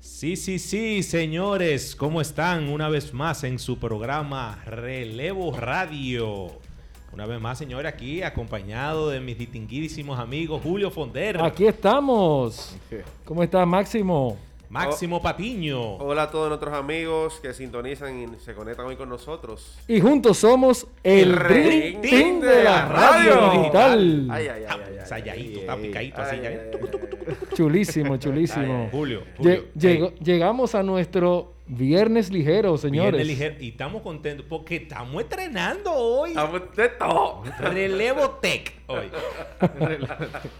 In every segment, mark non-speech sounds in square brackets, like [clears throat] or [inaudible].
Sí, sí, sí, señores, ¿cómo están? Una vez más en su programa Relevo Radio. Una vez más, señores, aquí acompañado de mis distinguidísimos amigos Julio Fonder, Aquí estamos. ¿Cómo estás, Máximo? Máximo Patiño. Oh. Hola a todos nuestros amigos que sintonizan y se conectan hoy con nosotros. Y juntos somos el Dream Team de la radio digital. Ay, ay, ay, Está ay, ay, ensayadito, ay, está ay, picadito ay, así. ay, ya. ay, ay, Tucu, tucu, tucu. Chulísimo, chulísimo. Julio, Julio. Lle- llegó- Llegamos a nuestro viernes ligero, Viene señores. ligero. Y estamos contentos porque estamos estrenando hoy. Estamos de todo. Relevo Tech [laughs] hoy.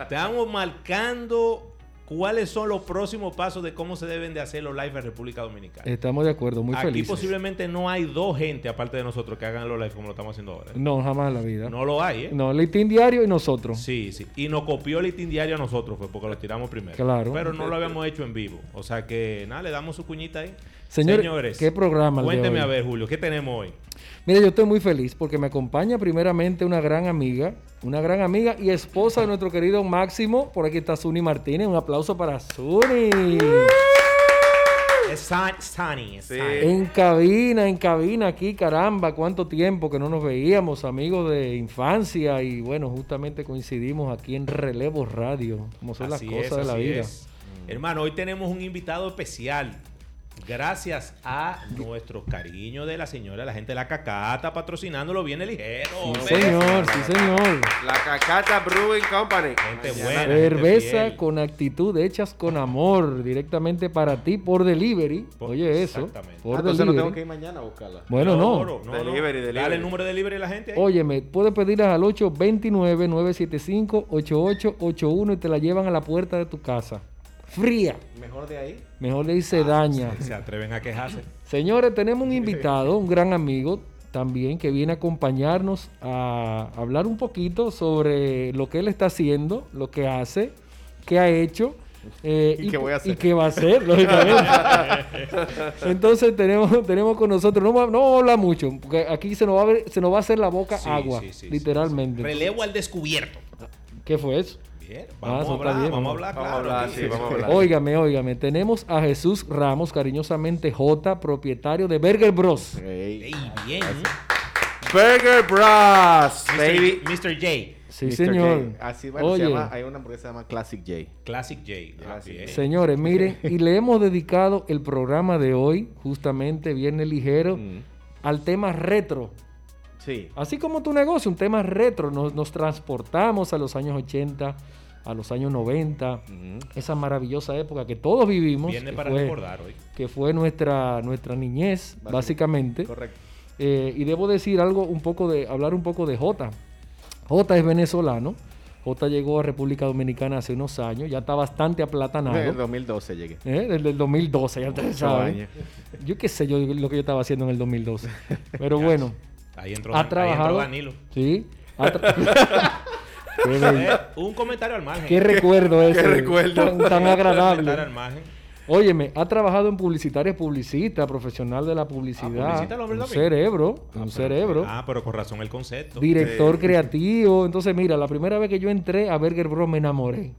Estamos marcando cuáles son los próximos pasos de cómo se deben de hacer los live en República Dominicana. Estamos de acuerdo, muy Aquí felices. posiblemente no hay dos gente aparte de nosotros que hagan los live como lo estamos haciendo ahora. No, jamás en la vida. No lo hay, ¿eh? No, el Listín Diario y nosotros. Sí, sí. Y nos copió el itin diario a nosotros, fue porque lo tiramos primero. Claro. Pero no lo habíamos hecho en vivo. O sea que, nada, le damos su cuñita ahí. Señor, ¿qué programa el de Cuénteme hoy? a ver, Julio, ¿qué tenemos hoy? Mira, yo estoy muy feliz porque me acompaña primeramente una gran amiga, una gran amiga y esposa de nuestro querido Máximo. Por aquí está Suni Martínez. Un aplauso para Suni. Es Sun- Sunny. es Sí. Sunny. En cabina, en cabina aquí, caramba, cuánto tiempo que no nos veíamos, amigos de infancia y bueno, justamente coincidimos aquí en Relevo Radio, como son Así las es, cosas de la así vida. es. Hermano, hoy tenemos un invitado especial. Gracias a nuestro cariño de la señora, la gente de la cacata, patrocinándolo bien ligero. Sí, hombre. señor, sí, señor. La Cacata Brewing Company. Gente buena. gente Cerveza fiel. con actitud, hechas con amor, directamente para ti por delivery. Por- Oye, eso. exactamente. Por Ah, Entonces no delivery. tengo que ir mañana a buscarla. Bueno, no. oro, Delivery, delivery. Dale el número de delivery a la gente. ahí. Óyeme, puedes pedirlas al 829-975-8881 y te la llevan a la puerta de tu casa. Fría. Mejor de ahí. Mejor le dice daña. [laughs] Se atreven a quejarse. Señores, tenemos un invitado, un gran amigo también, que viene a acompañarnos a hablar un poquito sobre lo que él está haciendo, lo que hace, qué ha hecho. eh, [laughs] Y qué voy a hacer. y qué va a hacer, [laughs] lógicamente. Entonces tenemos, tenemos con nosotros, no, va- no vamos a hablar mucho, porque aquí se nos va a, ver- se nos va a hacer la boca Sí, agua, sí, sí, literalmente. Relevo al descubierto. ¿Qué fue eso? Bien, vamos, Ah, eso a está hablar, bien, vamos a vamos. hablar, Vamos a claro. hablar, sí, vamos a hablar. Óigame, óigame, tenemos a Jesús Ramos, cariñosamente J, propietario de Burger Bros. Ey. Ey, bien. Burger Bros. Mr. Baby. Mr. J. Sí, Mr. señor. J. Así Ah, bueno, se llama, hay una hamburguesa que se llama Classic J. Classic J. Ah, Classic bien. Señores, miren, eh. y le hemos dedicado el programa de hoy, justamente Viernes Ligero, Mm. al tema retro. Sí. Así como tu negocio, un tema retro. Nos, nos transportamos a los años 80, a los años 90, esa maravillosa época que todos vivimos. Mm. Viene que para fue- recordar hoy. Que fue nuestra, nuestra niñez, básicamente. Correcto. Eh, y debo decir algo, un poco de, hablar un poco de Jota. Jota es venezolano. Jota llegó a República Dominicana hace unos años, ya está bastante aplatanado. En el 2012 llegué. ¿Eh? Desde el 2012, ya ustedes Ocho saben. años. Yo qué sé yo lo que yo estaba haciendo en el 2012. [laughs] Pero bueno, Ahí entró, ha Dan- ahí entró trabajado. Danilo. Sí. ha [laughs] tra- qué, Eh, bello. un comentario al margen. Qué [laughs] recuerdo ese. recuerdo. Tan, tan Un comentario agradable. al margen. Óyeme, ha trabajado en publicitaria, publicista, profesional de la publicidad. publicista el hombre un también. cerebro, un cerebro. Ah, pero con razón el concepto. Director creativo. Entonces, mira, la primera vez que yo entré a Burger Bros me enamoré.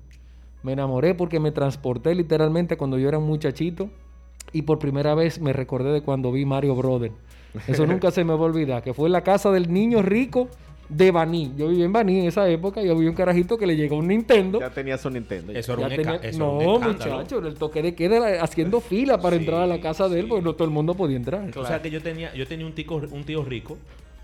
Me enamoré porque me transporté literalmente cuando yo era un muchachito y por primera vez me recordé de cuando vi Mario Brother. [laughs] Eso nunca se me va a olvidar, que fue en la casa del niño rico de Baní. Yo vivía en Baní en esa época y había un carajito que le llegó un Nintendo. Ya tenía su Nintendo. ya. Eso era Ya un, esca- tenía- eso era un No, escándalo. muchacho, el toque de queda era haciendo fila para entrar a la casa de él, porque no todo el mundo podía entrar. O sea que yo tenía, yo tenía un, tico, un tío rico.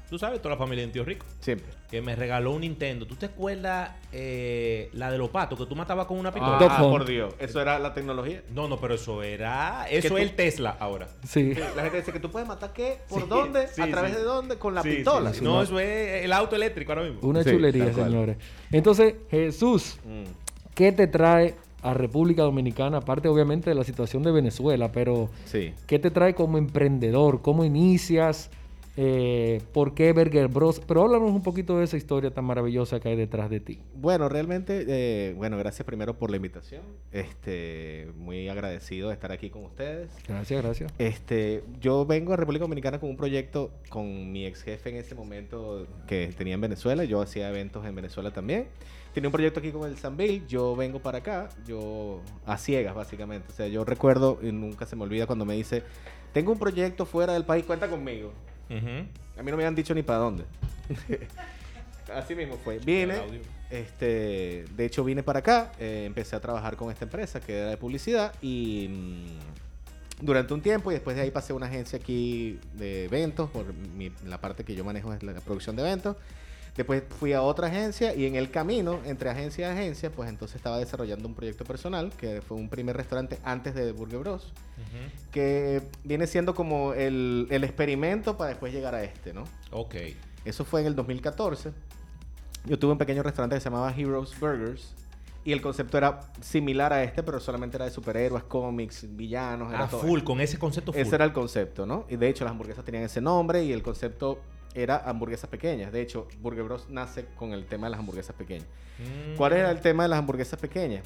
Tú sabes, toda la familia de un tío rico. Siempre. Que me regaló un Nintendo. ¿Tú te acuerdas eh, la de los patos que tú matabas con una pistola? Ah, Dog Hunt. por Dios. Eso era la tecnología. No, no, pero eso era. Eso tú- es el Tesla ahora. Sí. La gente dice que tú puedes matar qué, por Sí, dónde, sí, a través sí. de dónde, con la Sí, pistola. sí, sí. No, eso es el auto eléctrico ahora mismo. Una Sí, chulería, tal cual. Mm. señores. Entonces, Jesús, ¿qué te trae a República Dominicana? Aparte, obviamente, de la situación de Venezuela, pero Sí. ¿qué te trae como emprendedor? ¿Cómo inicias? eh, por qué Burger Bros. Pero háblanos un poquito de esa historia tan maravillosa que hay detrás de ti. Bueno, realmente, eh, bueno, gracias primero por la invitación. Este, muy agradecido de estar aquí con ustedes. Gracias, gracias. Este, yo vengo a República Dominicana con un proyecto con mi ex jefe en ese momento que tenía en Venezuela. Yo hacía eventos en Venezuela también. Tenía un proyecto aquí con el Sambil. Yo vengo para acá, yo a ciegas básicamente. O sea, yo recuerdo y nunca se me olvida cuando me dice, tengo un proyecto fuera del país, cuenta conmigo. Ujú. A mí no me han dicho ni para dónde. [laughs] Así mismo fue. Vine, El audio. este, de hecho vine para acá, eh, empecé a trabajar con esta empresa que era de publicidad y mm, durante un tiempo y después de ahí pasé a una agencia aquí de eventos, por mi- la parte que yo manejo es la producción de eventos. Después fui a otra agencia y en el camino, entre agencia y agencia, pues entonces estaba desarrollando un proyecto personal que fue un primer restaurante antes de Burger Bros Ujú. que viene siendo como el, el experimento para después llegar a este, ¿no? Ok. Eso fue en el 2014. Yo tuve un pequeño restaurante que se llamaba Heroes Burgers. Y el concepto era similar a este, pero solamente era de superhéroes, cómics, villanos. Era Ah, todo full, con ese concepto full. ese era el concepto, ¿no? Y de hecho las hamburguesas tenían ese nombre y el concepto era hamburguesas pequeñas. De hecho, Burger Bros nace con el tema de las hamburguesas pequeñas. Mm. ¿Cuál era el tema de las hamburguesas pequeñas?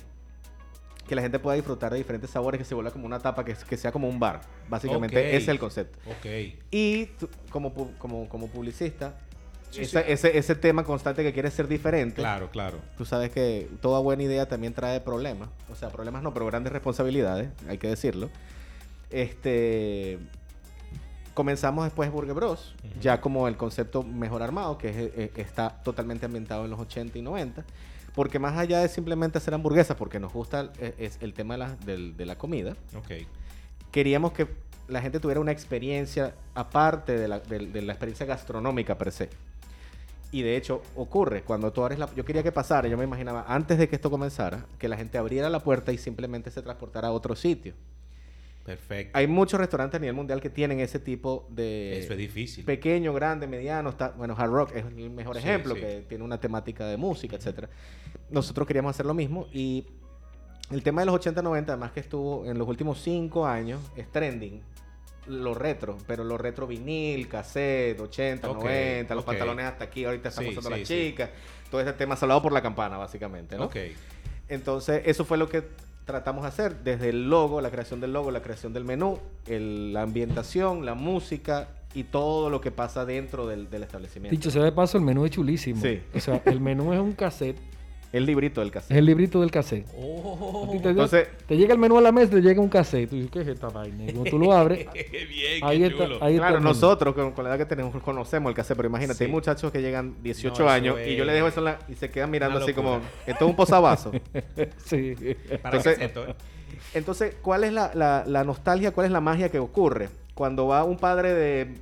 Que la gente pueda disfrutar de diferentes sabores, que se vuelva como una tapa, que, que sea como un bar. Básicamente Ok. ese es el concepto. Ok. Y tú, como, pu- como, como publicista, Sí, esa- sí. Ese, ese tema constante que quieres ser diferente, Claro, claro. tú sabes que toda buena idea también trae problemas. O sea, problemas no, pero grandes responsabilidades, hay que decirlo. Este. Comenzamos después Burger Bros, Ujú. ya como el concepto mejor armado, que es- eh, está totalmente ambientado en los 80 y 90. Porque más allá de simplemente hacer hamburguesas, porque nos gusta eh, es el tema de la, del- de la comida, Ok. queríamos que la gente tuviera una experiencia aparte de la, de- de la experiencia gastronómica per se. Y de hecho ocurre, cuando tú abres la... Yo quería que pasara, yo me imaginaba, antes de que esto comenzara, que la gente abriera la puerta y simplemente se transportara a otro sitio. Perfecto. Hay muchos restaurantes a nivel mundial que tienen ese tipo de... Eso es difícil. Pequeño, grande, mediano, está, bueno, Hard Rock es el mejor Sí, ejemplo, sí. que tiene una temática de música, etcétera. Nosotros queríamos hacer lo mismo y el tema de los 80-90, además que estuvo en los últimos cinco años, es trending. Lo retro, pero lo retro vinil, cassette, 80, Ok, 90, los ok. pantalones hasta aquí, ahorita están Sí, usando sí, las sí. chicas, todo ese tema salado por la campana, básicamente, ¿no? Ok. Entonces, eso fue lo que tratamos de hacer, desde el logo, la creación del logo, la creación del menú, el- la ambientación, la música y todo lo que pasa dentro del, del establecimiento. Dicho sea de paso, el menú es chulísimo. Sí. O sea, el menú es un cassette, El librito del cassette. es el librito del cassette. A ti Oh, te, Entonces- te llega el menú a la mesa, te llega un cassette. Tú dices, ¿qué es esta vaina? Y cuando tú lo [laughs] abres, [laughs] qué bien, ahí qué está. chulo. Ahí está el Claro, menú. nosotros con, con la edad que tenemos conocemos el cassette, pero imagínate, Sí. hay muchachos que llegan 18 No, eso años y yo es les dejo eso en la- y se quedan mirando una así como, locura. esto es [laughs] un posavasos. [laughs] Sí. Para Entonces- caseto, ¿eh? Entonces, ¿cuál es la, la- la nostalgia, cuál es la magia que ocurre? Cuando va un padre de,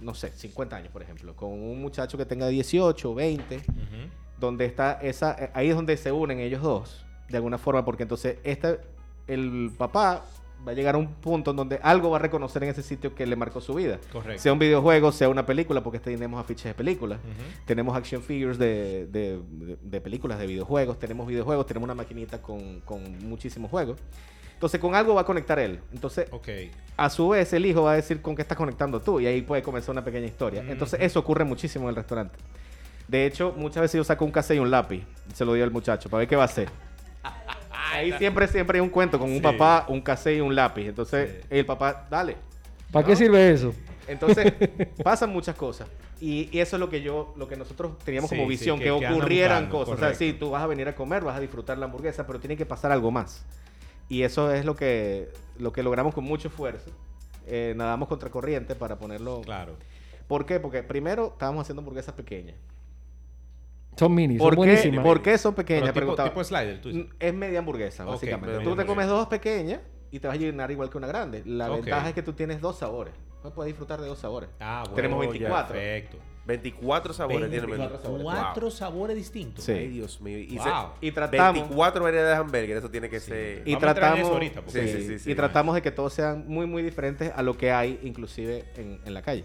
no sé, 50 años, por ejemplo, con un muchacho que tenga 18, 20, ¿eh? Ujú. donde está esa, eh, ahí es donde se unen ellos dos, de alguna forma, porque entonces este, el papá va a llegar a un punto en donde algo va a reconocer en ese sitio que le marcó su vida. Correcto. Sea un videojuego, sea una película, porque este tenemos afiches de películas. Ujú. Tenemos action figures de, de- de- de películas, de videojuegos, tenemos videojuegos, tenemos una maquinita con, con muchísimos juegos. Entonces con algo va a conectar él. Entonces, Ok. a su vez, el hijo va a decir con qué estás conectando tú y ahí puede comenzar una pequeña historia. Entonces Ujú. eso ocurre muchísimo en el restaurante. De hecho, muchas veces yo saco un cassette y un lápiz, y se lo doy al muchacho para ver qué va [laughs] a hacer. Ahí siempre, siempre hay un cuento con un Sí. papá, un cassette y un lápiz. Entonces, Sí. el papá, dale, ¿Para qué sirve eso? [laughs] entonces, pasan muchas cosas. Y, y eso es lo que yo, lo que nosotros teníamos Sí, como sí, visión, que- que, que andan ocurrieran buscando, cosas. O sea, correcto. sí, tú vas a venir a comer, vas a disfrutar la hamburguesa, pero tiene que pasar algo más. Y eso es lo que, lo que logramos con mucho esfuerzo. Eh, nadamos contracorriente para ponerlo. Claro. ¿Por qué? Porque primero estábamos haciendo hamburguesas pequeñas. Son minis, son ¿Por qué, buenísimas. ¿Por qué son Pero pequeñas? tipo, Preguntaba. tipo slider, tú dices. N- Es media hamburguesa, Ok, básicamente. media tú te comes hamburguesa. dos pequeñas y te vas a llenar igual que una grande. La Ok. ventaja es que tú tienes dos sabores. Pues Puedes disfrutar de dos sabores. Ah, bueno. Tenemos 24. Perfecto. 24 sabores tiene el menú. 24 sabores. Cuatro Wow. sabores distintos. Sí. Ay, Dios mío. Y, se- Wow. Y tratamos. 24 variedades de hamburguer, eso tiene que ser. Y Vamos a entrar en tratamos, eso ahorita, porque- sí, Sí, sí, sí, sí. y tratamos de que todos sean muy, muy diferentes a lo que hay inclusive en, en la calle.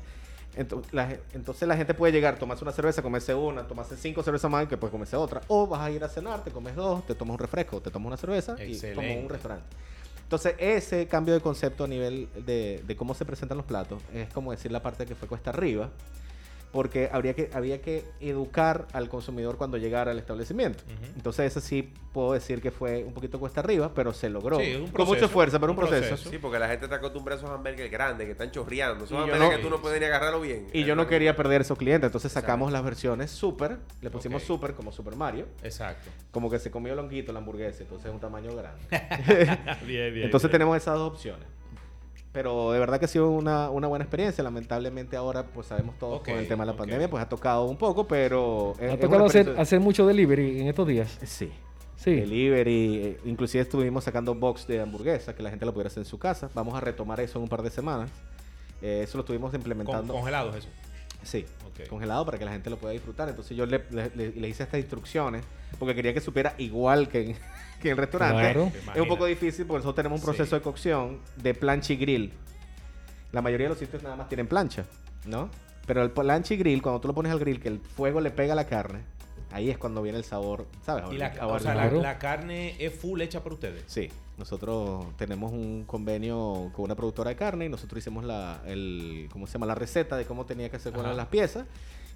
Entonces la, ge- entonces la gente puede llegar, tomarse una cerveza, comerse una, tomarse cinco cervezas más, que puedes comerse otra. O vas a ir a cenar, te comes dos, te tomas un refresco, te tomas una cerveza y tomas Excelente. un restaurante. Entonces, ese cambio de concepto a nivel de, de cómo se presentan los platos es como decir la parte que fue cuesta arriba, porque habría que, había que educar al consumidor cuando llegara al establecimiento. Ujú. Entonces, ese sí puedo decir que fue un poquito cuesta arriba, pero se logró. Sí, es un Con mucho proceso, esfuerzo, pero un un proceso. proceso. Sí, porque la gente está acostumbrada a esos hamburgues grandes que están chorreando. Esos Y yo hamburgues no- que tú no puedes ni agarrarlo bien. Y yo no quería perder esos clientes, entonces sacamos Exacto. las versiones super, le pusimos Ok. super como Super Mario, Exacto. como que se comió longuito la hamburguesa, entonces es un tamaño grande. [laughs] bien, bien, Entonces bien. tenemos esas dos opciones. Pero de verdad que ha sido una, una buena experiencia. Lamentablemente ahora, pues sabemos todos Ok, con el tema de la ok. pandemia, pues ha tocado un poco, pero... es- Ha es tocado una hacer, experiencia- hacer mucho delivery en estos días. Sí. Sí. Delivery. eh, Inclusive estuvimos sacando box de hamburguesa que la gente lo pudiera hacer en su casa. Vamos a retomar eso en un par de semanas. Eh, eso lo estuvimos Con- implementando. congelados eso. Sí, Ok. congelado para que la gente lo pueda disfrutar. Entonces yo le, le- le- le hice estas instrucciones porque quería que supiera igual que en, [laughs] que en el restaurante. Claro. Es un poco Imagínate. difícil porque nosotros tenemos un proceso Sí. de cocción de plancha y grill. La mayoría de los sitios nada más tienen plancha, ¿no? Pero el plancha y grill, cuando tú lo pones al grill, que el fuego le pega a la carne, ahí es cuando viene el sabor, ¿sabes? Y Ahora- la, ahora- o sea, la- Claro. la carne es full hecha por ustedes. Sí, nosotros tenemos un convenio con una productora de carne y nosotros hicimos la, el, ¿cómo se llama? la receta de cómo tenía que hacer con Ajá. las piezas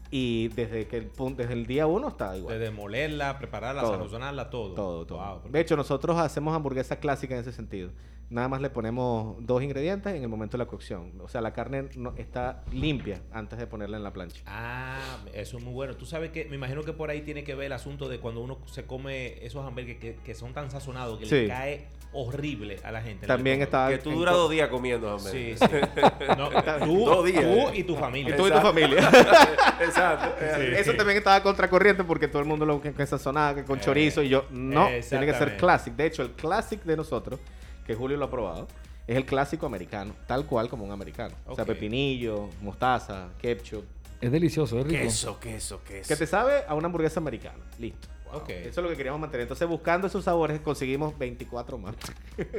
y desde que el, pun- desde el día uno está igual. Desde molerla, prepararla, Todo. sazonarla, todo. Todo, todo. Wow, de hecho, nosotros hacemos hamburguesa clásica en ese sentido. Nada más le ponemos dos ingredientes en el momento de la cocción. O sea, la carne no- está limpia antes de ponerla en la plancha. Ah, eso es muy bueno. Tú sabes que me imagino que por ahí tiene que ver el asunto de cuando uno se come esos hamburgues que, que son tan sazonados que Sí. le cae horrible a la gente. en el También estómago. está... Que tú en- duras dos días comiendo Sí, hamburgues. sí. [laughs] No, tú, Dos días. tú y tu familia. Tú eh. y tu [laughs] familia. [laughs] Exacto. Eh, Eso también estaba contracorriente porque todo el mundo lo que que sazonaba que con Eh, chorizo y yo, no, tiene que ser exactamente. classic. De hecho, el classic de nosotros, que Julio lo ha probado, es el clásico americano, tal cual como un americano. O sea, Ok. pepinillo, mostaza, ketchup. Es delicioso, es rico. Queso, queso, queso. Que te sabe a una hamburguesa americana. Listo. Ok. Eso es lo que queríamos mantener. Entonces, buscando esos sabores, conseguimos 24 más.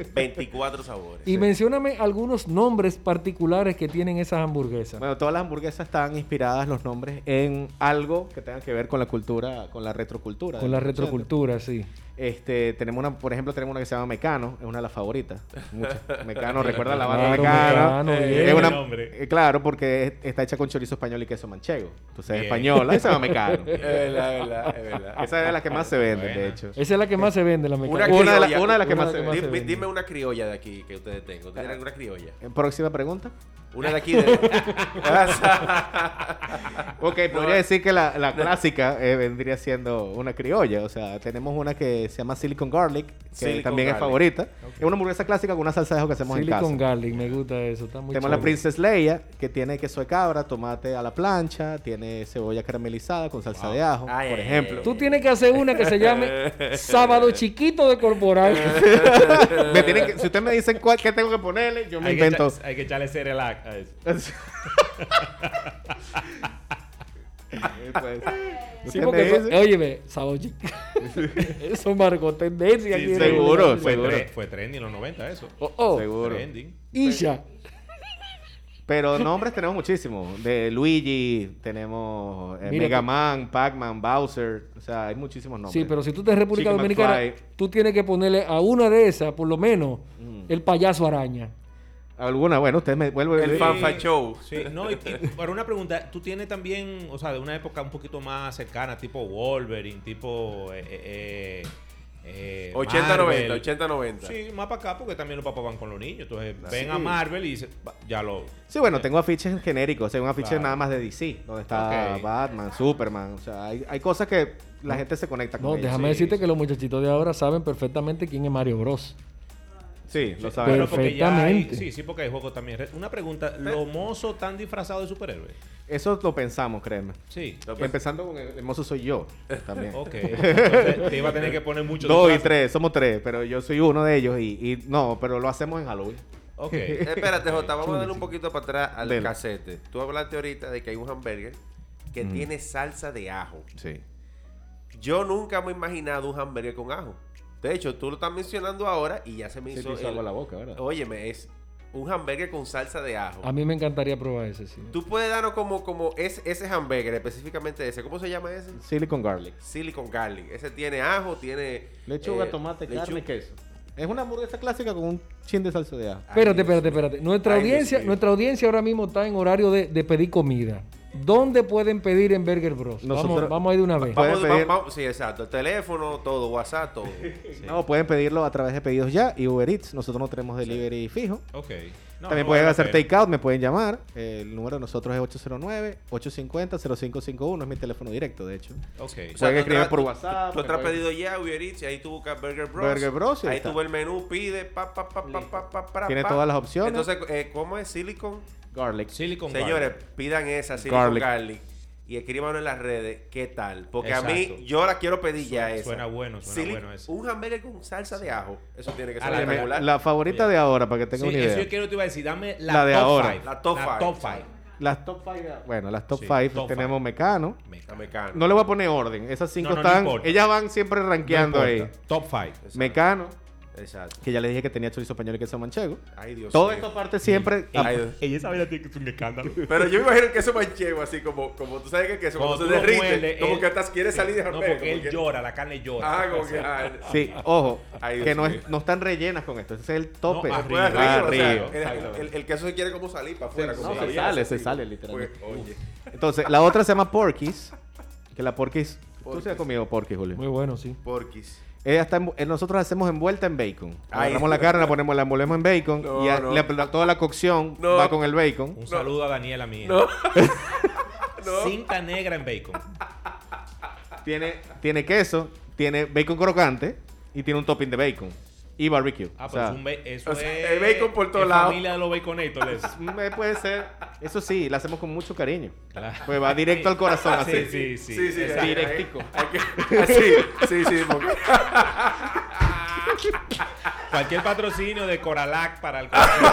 24 sabores. Y mencióname algunos nombres particulares que tienen esas hamburguesas. Bueno, todas las hamburguesas están inspiradas los nombres en algo que tenga que ver con la cultura, con la retrocultura. con de la los 80. retrocultura, sí. Este, tenemos una, por ejemplo, tenemos una que se llama Mecano, es una de las favoritas. [laughs] Muchas. Mecano, recuerda la banda Claro, Mecano. Mecano, Es bien. una- El nombre. eh, claro, porque es- está hecha con chorizo español y queso manchego. Entonces es Bien. española y se [laughs] llama Mecano. Es verdad, es verdad, es verdad. Esa es de las que más se vende, Buena. de hecho. Esa es la que más se vende, la Una mecánica. que- Una de, la- criolla. una de las que Una más de se las vende. que Dime, venden. dime una criolla de aquí que ustedes tengan. ¿Ustedes tienen alguna criolla? Eh, Próxima pregunta. Una de aquí [laughs] de... Ah, Ok, eh. podría decir que la, la clásica eh, vendría siendo una criolla. O sea, tenemos una que se llama Silicon Garlic, que Silicon también es Garlic. favorita. Es una hamburguesa clásica con una salsa de ajo que hacemos en casa. Silicon Garlic, me gusta eso, está muy Tenemos la chulo. Princess Leia, que tiene queso de cabra, tomate a la plancha, tiene cebolla caramelizada con salsa de ajo, Ay, por ay, ejemplo. Tú tienes que hacer una que se [laughs] llame Sábado Chiquito de Corporal. Me tienen que- si ustedes me dicen cuál, qué tengo que ponerle, yo me Hay que, invento. [laughs] echa- hay que echarle cerelac a eso. Eh, pues, Sí, ustedes porque me eso- dicen. óyeme, Sábado Chiquito. [laughs] eso marcó tendencia Sí, aquí. en seguro, el- Fue, seguro. tre- fue trendy en los 90 eso. Oh, oh, Seguro. Trending. Isha. Pero nombres tenemos muchísimos. De Luigi, tenemos eh, Mira, Mega tú- Man, Pac-Man, Bowser. O sea, hay muchísimos nombres. Sí, pero si tú te República Chicken Dominicana, McFly. tú tienes que ponerle a una de esas, por lo menos, Mm. el payaso araña. Alguna, bueno, ustedes me vuelven. El fanfa show. Sí, no, y, y para una pregunta, tú tienes también, o sea, de una época un poquito más cercana, tipo Wolverine, tipo. eh, eh, eh, eh, 80-90, Marvel. 80-90. Sí, más para acá, porque también los papás van con los niños. Entonces, Así ven a es. Marvel y dicen, "Va, ya lo. Sí, bueno, tengo afiches genéricos, o sea, un afiche Claro. nada más de DC, donde está Ok. Batman, Superman, o sea, hay, hay cosas que la gente se conecta con No, ellas. déjame Sí. decirte que los muchachitos de ahora saben perfectamente quién es Mario Bros. Sí, lo Bueno, sabemos. porque ya hay- Perfectamente. sí, sí, porque hay juegos también. Re- Una pregunta, Eh. ¿los mozos están disfrazados de superhéroes? Eso lo pensamos, créeme. Sí. Lo que- Empezando con el hermoso soy yo también. [laughs] Ok. Entonces, te iba a tener que poner mucho Dos y disfraz. tres, somos tres, pero yo soy uno de ellos y, y no, pero lo hacemos en Halloween. [laughs] Ok. Espérate, Jota, vamos a darle un poquito para atrás al Dele. casete. Tú hablaste ahorita de que hay un hamburger que Mm. tiene salsa de ajo. Sí. Yo nunca me he imaginado un hamburger con ajo. De hecho, tú lo estás mencionando ahora y ya se me Sí, hizo. te hizo el- algo a la boca, ¿verdad? Óyeme, es un hamburger con salsa de ajo. A mí me encantaría probar ese, sí. Tú puedes darnos como, como ese, ese hamburger, específicamente ese. ¿Cómo se llama ese? Silicon Garlic. Silicon Garlic. Ese tiene ajo, tiene. Lechuga, eh, tomate, lechu- carne y queso. Es una hamburguesa clásica con un chin de salsa de ajo. Espérate, Ay, Dios espérate, espérate. Nuestra Ay, Dios audiencia, mío. nuestra audiencia ahora mismo está en horario de, de pedir comida. ¿Dónde pueden pedir en Burger Bros? vamos, Nosotros- vamos a ir de una vez. Puede Vamos, pedir- vamos, vamos- sí, exacto. El teléfono, todo, WhatsApp, [laughs] todo. Sí. No, pueden pedirlo a través de pedidos ya y Uber Eats. Nosotros no tenemos delivery fijo. Ok. No, También no pueden vale la hacer pena. takeout, me pueden llamar. El número de nosotros es 809-850-0551. Es mi teléfono directo, de hecho. Ok. O sea, Pueden tú escribir entras- por tú- WhatsApp, Tú me te has pueden- pedido ya Uber Eats y ahí tú buscas Burger Bros. Burger Bros, y Ahí está. tú ves el menú, pide, pa, pa, pa, pa, pa, pa, pa, Tiene pa. todas las opciones. Entonces, eh, ¿cómo es Silicon? Garlic. Silicon Señores, Valley. pidan esa Silicon Garlic. Garlic. y escríbanos en las redes qué tal. Porque a Exacto. mí, yo la quiero pedir ya esa. suena bueno, suena Silic- Uh, bueno eso. Un hamburger con salsa de ajo. Eso tiene que A ser la- Oye, me- espectacular. Eh, La favorita de ahora, para que Sí, tengan una eso idea. yo quiero te iba a decir. Dame la, La de top ahora. five. La top five. five. Las top 5. Bueno, las top Sí, 5 top tenemos five. Mecano. Me La cago. mecano. No le voy a poner orden. Esas cinco No, no, no están. importa. ellas van siempre rankeando No ahí. importa. Top 5. Exacto. Mecano, Exacto. que ya les dije que tenía chorizo español y queso manchego. Ay, Dios Todo mío. esto parte siempre. Ay, Dios. esa vaina tiene que ser un [laughs] escándalo. Pero yo me imagino el queso manchego, así como, como tú sabes que el queso, Cuando tú cuando se lo derrite, muerdes, como él- que hasta quiere salir de No, Jamaica, porque él como que- llora, la carne llora. Ah, como que. ah, Sí, ojo, Ay, Dios que no, es- mío. no están rellenas con esto. Ese es el tope. No, Pues arriba. arriba, o sea, Arriba. el, el- el queso se quiere como salir para afuera. Sí, como no, la se vieja, sale, así, se sale, pues, literalmente. oye, Entonces, la otra se llama Porky's. Que la Porky's. Tú Porky's. se has comido Porky's, Julio. Muy bueno, sí. porquis. Ella está envu- eh, nosotros hacemos envuelta en bacon. Ay. Agarramos la carne, la ponemos, la envolvemos en bacon. No, y a- no. la- la- toda la cocción No. va con el bacon. Un saludo a Daniela mía. No. Cinta negra en bacon. Tiene, tiene queso, tiene bacon crocante y tiene un topping de bacon. Y barbecue. Ah, [laughs] O pues sea, es un ba- eso o sea, es hay bacon por todos es lados. familia de los baconators. eso. eh, puede ser. Eso sí, la hacemos con mucho cariño. Claro. Pues va directo al corazón así. Sí, sí, sí. Sí, sí, exacto. ahí, Directico. ahí, ahí, Así, ah, sí, sí, porque- Cualquier patrocinio de Coralac para el corazón.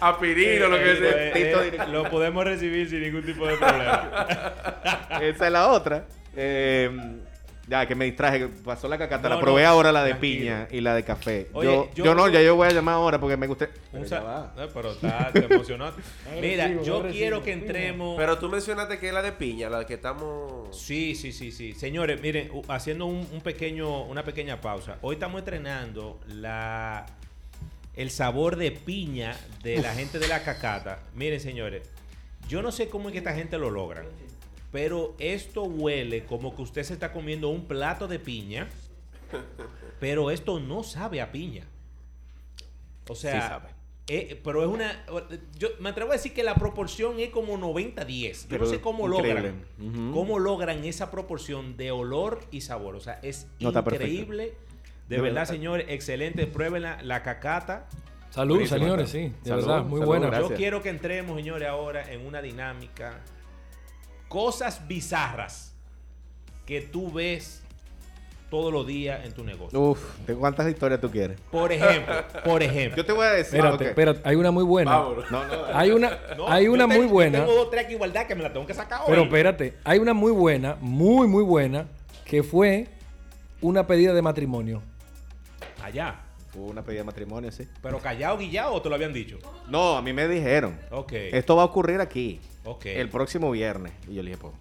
Apirino, Ah, lo que sea. Eh, eh, Lo podemos recibir sin ningún tipo de problema. Esa es la otra. Eh, ya que me distraje, que pasó la cacata. No, la probé no, ahora la de tranquilo. piña y la de café. Oye, yo, yo- yo no, ya yo voy a llamar ahora porque me gusta. Pero Un ya sa- va. Eh, pero está, te emocionaste. Mira, Agresivo, yo agresivo, quiero que piña. entremos. Pero tú mencionaste que es la de piña, la que estamos. Sí, sí, sí, sí. Señores, miren, u- haciendo un, un pequeño, una pequeña pausa. Hoy estamos entrenando la, el sabor de piña de la gente de la cacata. Miren, señores, yo no sé cómo es que esta gente lo logran, pero esto huele como que usted se está comiendo un plato de piña, pero esto no sabe a piña. O sea, Sí sabe. eh, pero es una. Yo me atrevo a decir que la proporción es como 90-10. Yo Pero no sé cómo increíble. logran. Ujú. ¿Cómo logran esa proporción de olor y sabor? O sea, es No, está perfecto. increíble. De De verdad, verdad. señores, excelente. Pruébenla, la cacata. Salud, Buenísimo, señores, sí. Antonio. De Salud, verdad, muy salud, buena. gracias. Yo quiero que entremos, señores, ahora en una dinámica. Cosas bizarras que tú ves todos los días en tu negocio. Uf, ¿de cuántas historias tú quieres? Por ejemplo, por ejemplo. Yo te voy a decir. Espérate, ok. Ah, espérate. Hay una muy buena. Vámonos. No, [laughs] no, Ah. Hay una, No, hay yo una te- muy yo buena. Tengo dos, tres que igualdad que me la tengo que sacar hoy. Pero espérate, hay una muy buena, muy, muy buena, que fue una pedida de matrimonio. Allá. Hubo una pedida de matrimonio, sí. Pero callado, guillado, o te lo habían dicho. No, a mí me dijeron. Ok. Esto va a ocurrir aquí. ok. El próximo viernes. Y yo le dije, pues,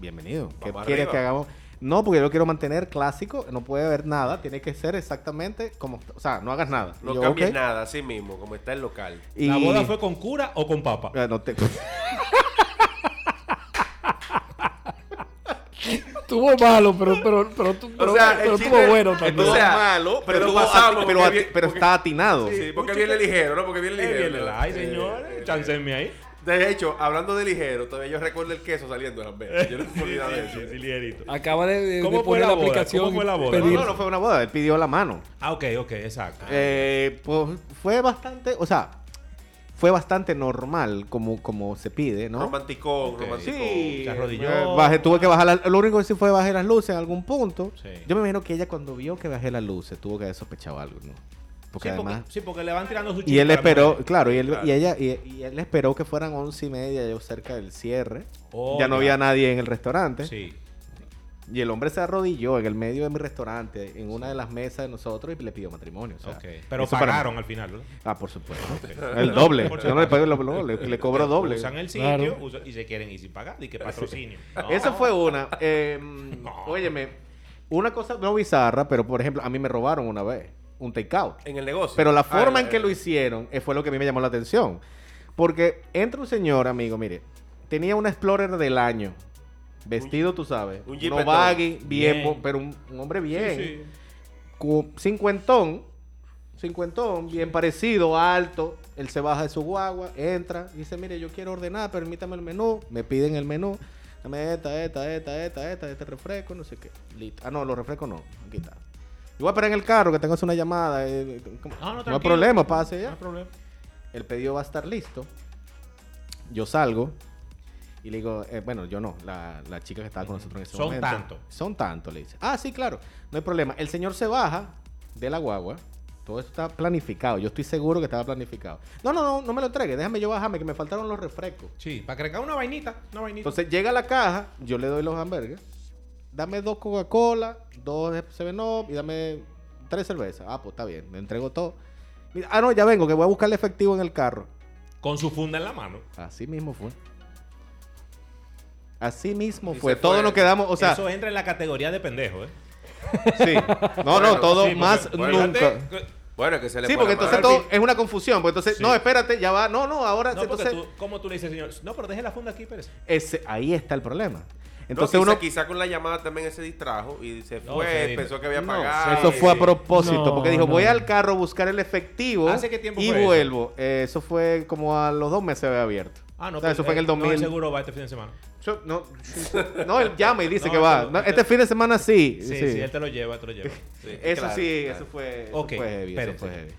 bienvenido. ¿Qué Vamos quieres arriba. que hagamos? No, porque yo lo quiero mantener clásico. No puede haber nada. Tiene que ser exactamente como. está. O sea, no hagas nada. Y No yo, cambies ok. nada, así mismo, como está el local. Y- ¿La boda [laughs] fue con cura o con papa? Ah, no te- Estuvo malo, pero, pero, pero, tú- pero- pero chiste- estuvo bueno también. Estuvo o sea, malo, pero, pero estuvo pasamos, ati- pero, porque ati- bien- pero porque- está atinado. Sí, porque viene ligero, ¿no? Porque viene Eh, ligero. viene ¿no? la- ay, Eh, eh, señor, chancenme ahí. De hecho, hablando de ligero, todavía yo recuerdo el queso saliendo de las venas. Yo no me olvidaba de eso. ligerito. Acaba de, de- de ¿Cómo fue poner la la boda? aplicación. ¿Cómo fue la y boda? No, pedir. no, no fue una boda. Él pidió la mano. Ah, ok, ok, exacto. Eh, pues fue bastante. O sea, fue bastante normal como, como se pide, ¿no? Romanticón, Ok. romanticón. Sí, Se arrodilló. eh, bajé- tuve que bajar. la- lo único que sí fue bajé las luces en algún punto. Sí. Yo me imagino que ella cuando vio que bajé las luces tuvo que haber sospechado algo, ¿no? Porque sí, además. porque, sí, porque le van tirando su Y él chiste a la esperó, mujer. claro, y él, Claro. Y, ella, y, y él esperó que fueran once y media, yo cerca del cierre. Oh, ya no había ya. nadie en el restaurante. Sí. Y el hombre se arrodilló en el medio de mi restaurante, en una de las mesas de nosotros, y le pidió matrimonio. o sea, ok. Pero eso para mí. pagaron al final, ¿verdad? Ah, por [laughs] supuesto. El doble. Por Yo no le pago el doble, le, le cobro doble. Usan el sitio Claro. [laughs] [laughs] usan- y se quieren ir sin pagar. Y que patrocinio. No. Esa fue una. Eh, No. Óyeme, Una cosa no bizarra, pero por ejemplo, a mí me robaron una vez un takeout. En el negocio. Pero la Ah, forma en eh, que lo hicieron eh, fue lo que a mí me llamó la atención. Porque entra un señor, amigo, mire, tenía un Explorer del año. Vestido, tú sabes. un Un Jeep no en baggy, bien, Bien. po- pero un, un hombre bien. Cu- Cincuentón. Cincuentón, bien parecido, alto. Él se baja de su guagua, entra, dice, mire, yo quiero ordenar, permítame el menú. Me piden el menú. Dame esta, esta, esta, esta, esta, este refresco, no sé qué. Listo. Ah, no, los refrescos no. Aquí está. Yo voy a esperar en el carro que tengo que hacer una llamada. eh, ¿cómo? Ah, no, no hay tranquilo. problema, pase No ya hay problema. el pedido va a estar listo. Yo salgo y le digo, eh, bueno, yo no, la, la chica que estaba con nosotros en ese Son momento. tanto. Son tanto, le dice. Ah, sí, claro, no hay problema. El señor se baja de la guagua. Todo esto está planificado. Yo estoy seguro que estaba planificado. No, no, no, no me lo entregue. Déjame yo bajarme, que me faltaron los refrescos. Sí, para cargar una vainita, una vainita. Entonces llega a la caja, yo le doy los hamburgues. Dame dos Coca-Cola, dos 7-Up y dame tres cervezas. Ah, pues está bien, le entrego todo. Mira, ah, no, ya vengo, que voy a buscar el efectivo en el carro. con su funda en la mano. Así mismo fue. Así mismo Y fue. se Todos fue. nos quedamos, o sea, Eso entra en la categoría de pendejo, ¿eh? sí. No, no, Bueno, todo Sí, porque- pues, más bueno, nunca. fíjate que- Bueno, que se le Sí, fue la porque entonces mano. todo es una confusión. Porque entonces, Sí. no, espérate, ya va. No, no, ahora. No, porque entonces, tú, ¿cómo tú le dices, señor? No, pero deje la funda aquí, Pérez. ese- ahí está el problema. No, Entonces quizá- uno. Quizá con la llamada también se distrajo y se No, fue, se- pensó que había no, pagado. eso fue a y- propósito. No, porque dijo, no. voy al carro a buscar el efectivo. ¿Hace qué tiempo y fue eso? vuelvo. Eh, Eso? fue como a los dos meses de haber abierto. Ah, no, O sea, pero, eso fue en eh, el No, 2000. seguro va este fin de semana. Yo- no, [laughs] no, él llama y dice No, que va. eso- No, este fin de semana sí. Eh, Sí, sí, él te lo lleva, te lo lleva. Sí. Eso claro, sí, claro. eso fue. eso Ok, fue heavy, eso espérense. fue heavy.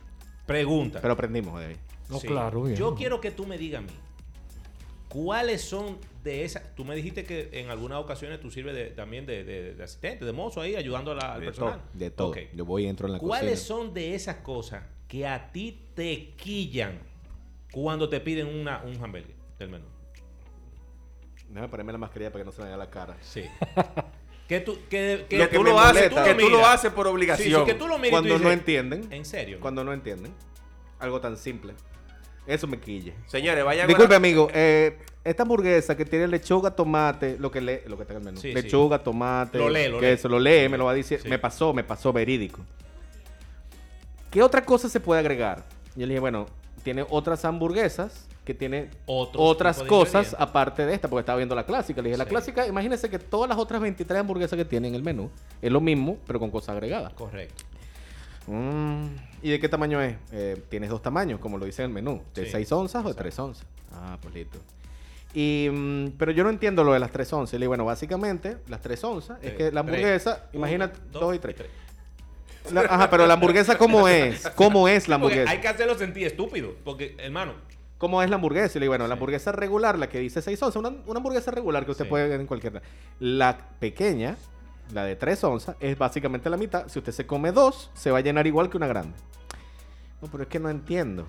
Pregunta. Pero aprendimos de ahí. No, claro, bien. Yo quiero que tú me digas a mí, ¿cuáles son de esas? Tú me dijiste que en algunas ocasiones tú sirves de- también de, de- de asistente, de mozo ahí, ayudando a la- al de personal. todo. De todo. Ok. Yo voy y entro en la ¿Cuáles cocina. son de esas cosas que a ti te quillan cuando te piden una, un hamburger del menú? Déjame ponerme la mascarilla para que no se me vea la cara. [laughs] Sí. que tú, que, que Lo tú que lo me haces, molesta, que tú lo miras. haces por Sí, sí, obligación. que tú lo miras y tú Cuando no dices, entienden. ¿En serio? Cuando no entienden. Algo tan simple. Eso me quilla. Señores, vayan Disculpe, a la- amigo. eh, esta hamburguesa que tiene lechuga, tomate, lo que le, lo que está en el menú. Sí, sí. lechuga, tomate, Lo lee, lo lee. queso, lo lee, me lo va a decir. Sí. Me pasó, me pasó verídico. ¿Qué otra cosa se puede agregar? Yo le dije, bueno, tiene otras hamburguesas que tiene Otros otras tipos de cosas ingredientes. aparte de esta, porque estaba viendo la clásica. Le dije, la Sí. clásica, imagínense que todas las otras 23 hamburguesas que tiene en el menú es lo mismo, pero con cosas agregadas. Correcto. Mm, ¿Y de qué tamaño es? Eh, tienes dos tamaños, como lo dice en el menú. ¿De Sí, 6 onzas o de 3 onzas? Ah, pues listo. Y, mm, pero yo no entiendo lo de las 3 onzas. Le digo, bueno, básicamente, las 3 onzas es Sí, que la tres. hamburguesa, Uno, imagínate, 2 y 3. tres. Ajá, pero la hamburguesa, [laughs] ¿cómo es? ¿Cómo es la Porque hamburguesa? hay que hacerlo sentir estúpido. Porque, hermano, ¿Cómo es la hamburguesa? Y le digo, bueno, Sí. la hamburguesa regular, la que dice 6 onzas, una, una hamburguesa regular que usted Sí. puede ver en cualquier... La pequeña, la de 3 onzas, es básicamente la mitad. Si usted se come dos, se va a llenar igual que una grande. No, pero es que no entiendo.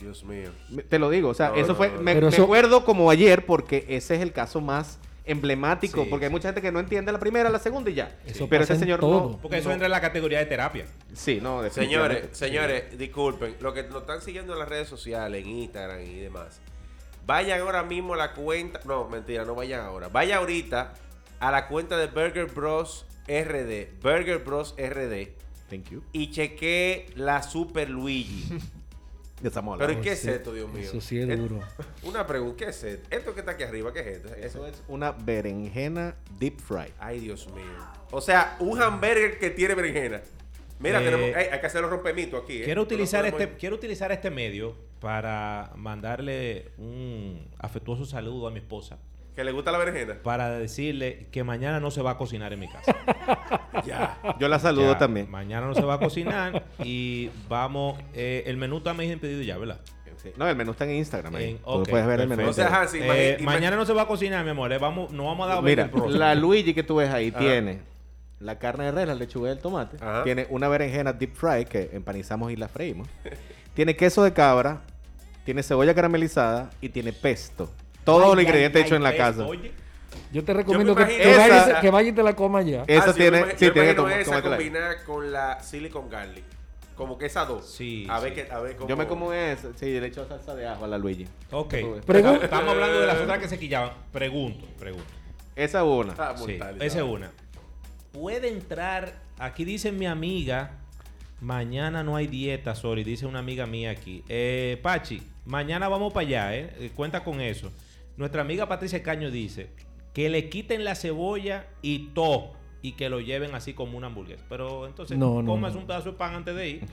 Dios mío. Me- Te lo digo, o sea, No, eso no, fue... no, no. Me, Pero me eso- acuerdo como ayer porque ese es el caso más emblemático, Sí, porque hay sí. mucha gente que no entiende la primera, la segunda y ya. Eso Pero pasa ese en señor todo. no... porque eso no- entra en la categoría de terapia. Sí, no, definitivamente. Señores, señores, disculpen. Lo que nos están siguiendo en las redes sociales, en Instagram y demás. Vayan ahora mismo a la cuenta. No, mentira, no vayan ahora. Vaya ahorita a la cuenta de Burger Bros RD. Burger Bros RD. Thank you. Y chequee la Super Luigi. De Samoa. Pero ¿y Oh, qué sí. es esto, Dios mío? Eso sí es Eh, Et- duro. Una pregunta, ¿qué es esto? Esto que está aquí arriba, ¿qué es esto? Eso Eso es una berenjena deep fried. Ay, Dios mío. O sea, un hamburger que tiene berenjena. Mira, Eh, tenemos, hay, hay que hacer los rompemitos aquí. ¿eh? Quiero utilizar, No podemos- este, quiero utilizar este medio para mandarle un afectuoso saludo a mi esposa. Que le gusta la berenjena. Para decirle que mañana no se va a cocinar en mi casa. Ya. Yo la [laughs] saludo Ya, también. Mañana no se va a cocinar y vamos. eh, el menú también es pedido ya, ¿verdad? Sí. No, el menú está en Instagram. ahí. En- Tú ok, puedes ver el menú. perfecto. O sea, entero. ajá, sí, Eh, imagi- imagi- mañana no se va a cocinar, mi amor. eh, vamos, no vamos a dar Mira, Burger Bros. la Luigi que tú ves ahí Ajá. tiene la carne de res, la lechuga y el tomate. Ajá. Tiene una berenjena deep fry que empanizamos y la freímos. [laughs] tiene queso de cabra, tiene cebolla caramelizada y tiene pesto. Todos Ay, los ay, ingredientes ay, hechos en la ves, casa. Eh, oye. Yo te recomiendo que, imagino esa- que, vayas, que vayas y te la comas ya. Eh, Esa Ah, yo me tiene- imagino- sí, yo me tiene que imagino tomar- esa tomártela ahí. combinada con la silicon garlic. Como que esas dos. Sí, A ver, sí. que, a ver cómo. Yo me como eso. Sí, le echo salsa de ajo a la Luigi. Ah. Ok. Pregun- Estamos hablando de las otras que se quillaban. Pregunto, pregunto. Esa es una. Ah, Sí, mortal, esa es ¿sabes? una. puede entrar. Aquí dice mi amiga. Mañana no hay dieta, sorry, dice una amiga mía aquí. Eh, Pachi, mañana vamos para allá, ¿eh? Eh, Cuenta con eso. Nuestra amiga Patricia Caño dice que le quiten la cebolla y todo y que lo lleven así como una hamburguesa. Pero entonces, No, no, comas no. un pedazo de pan antes de ir.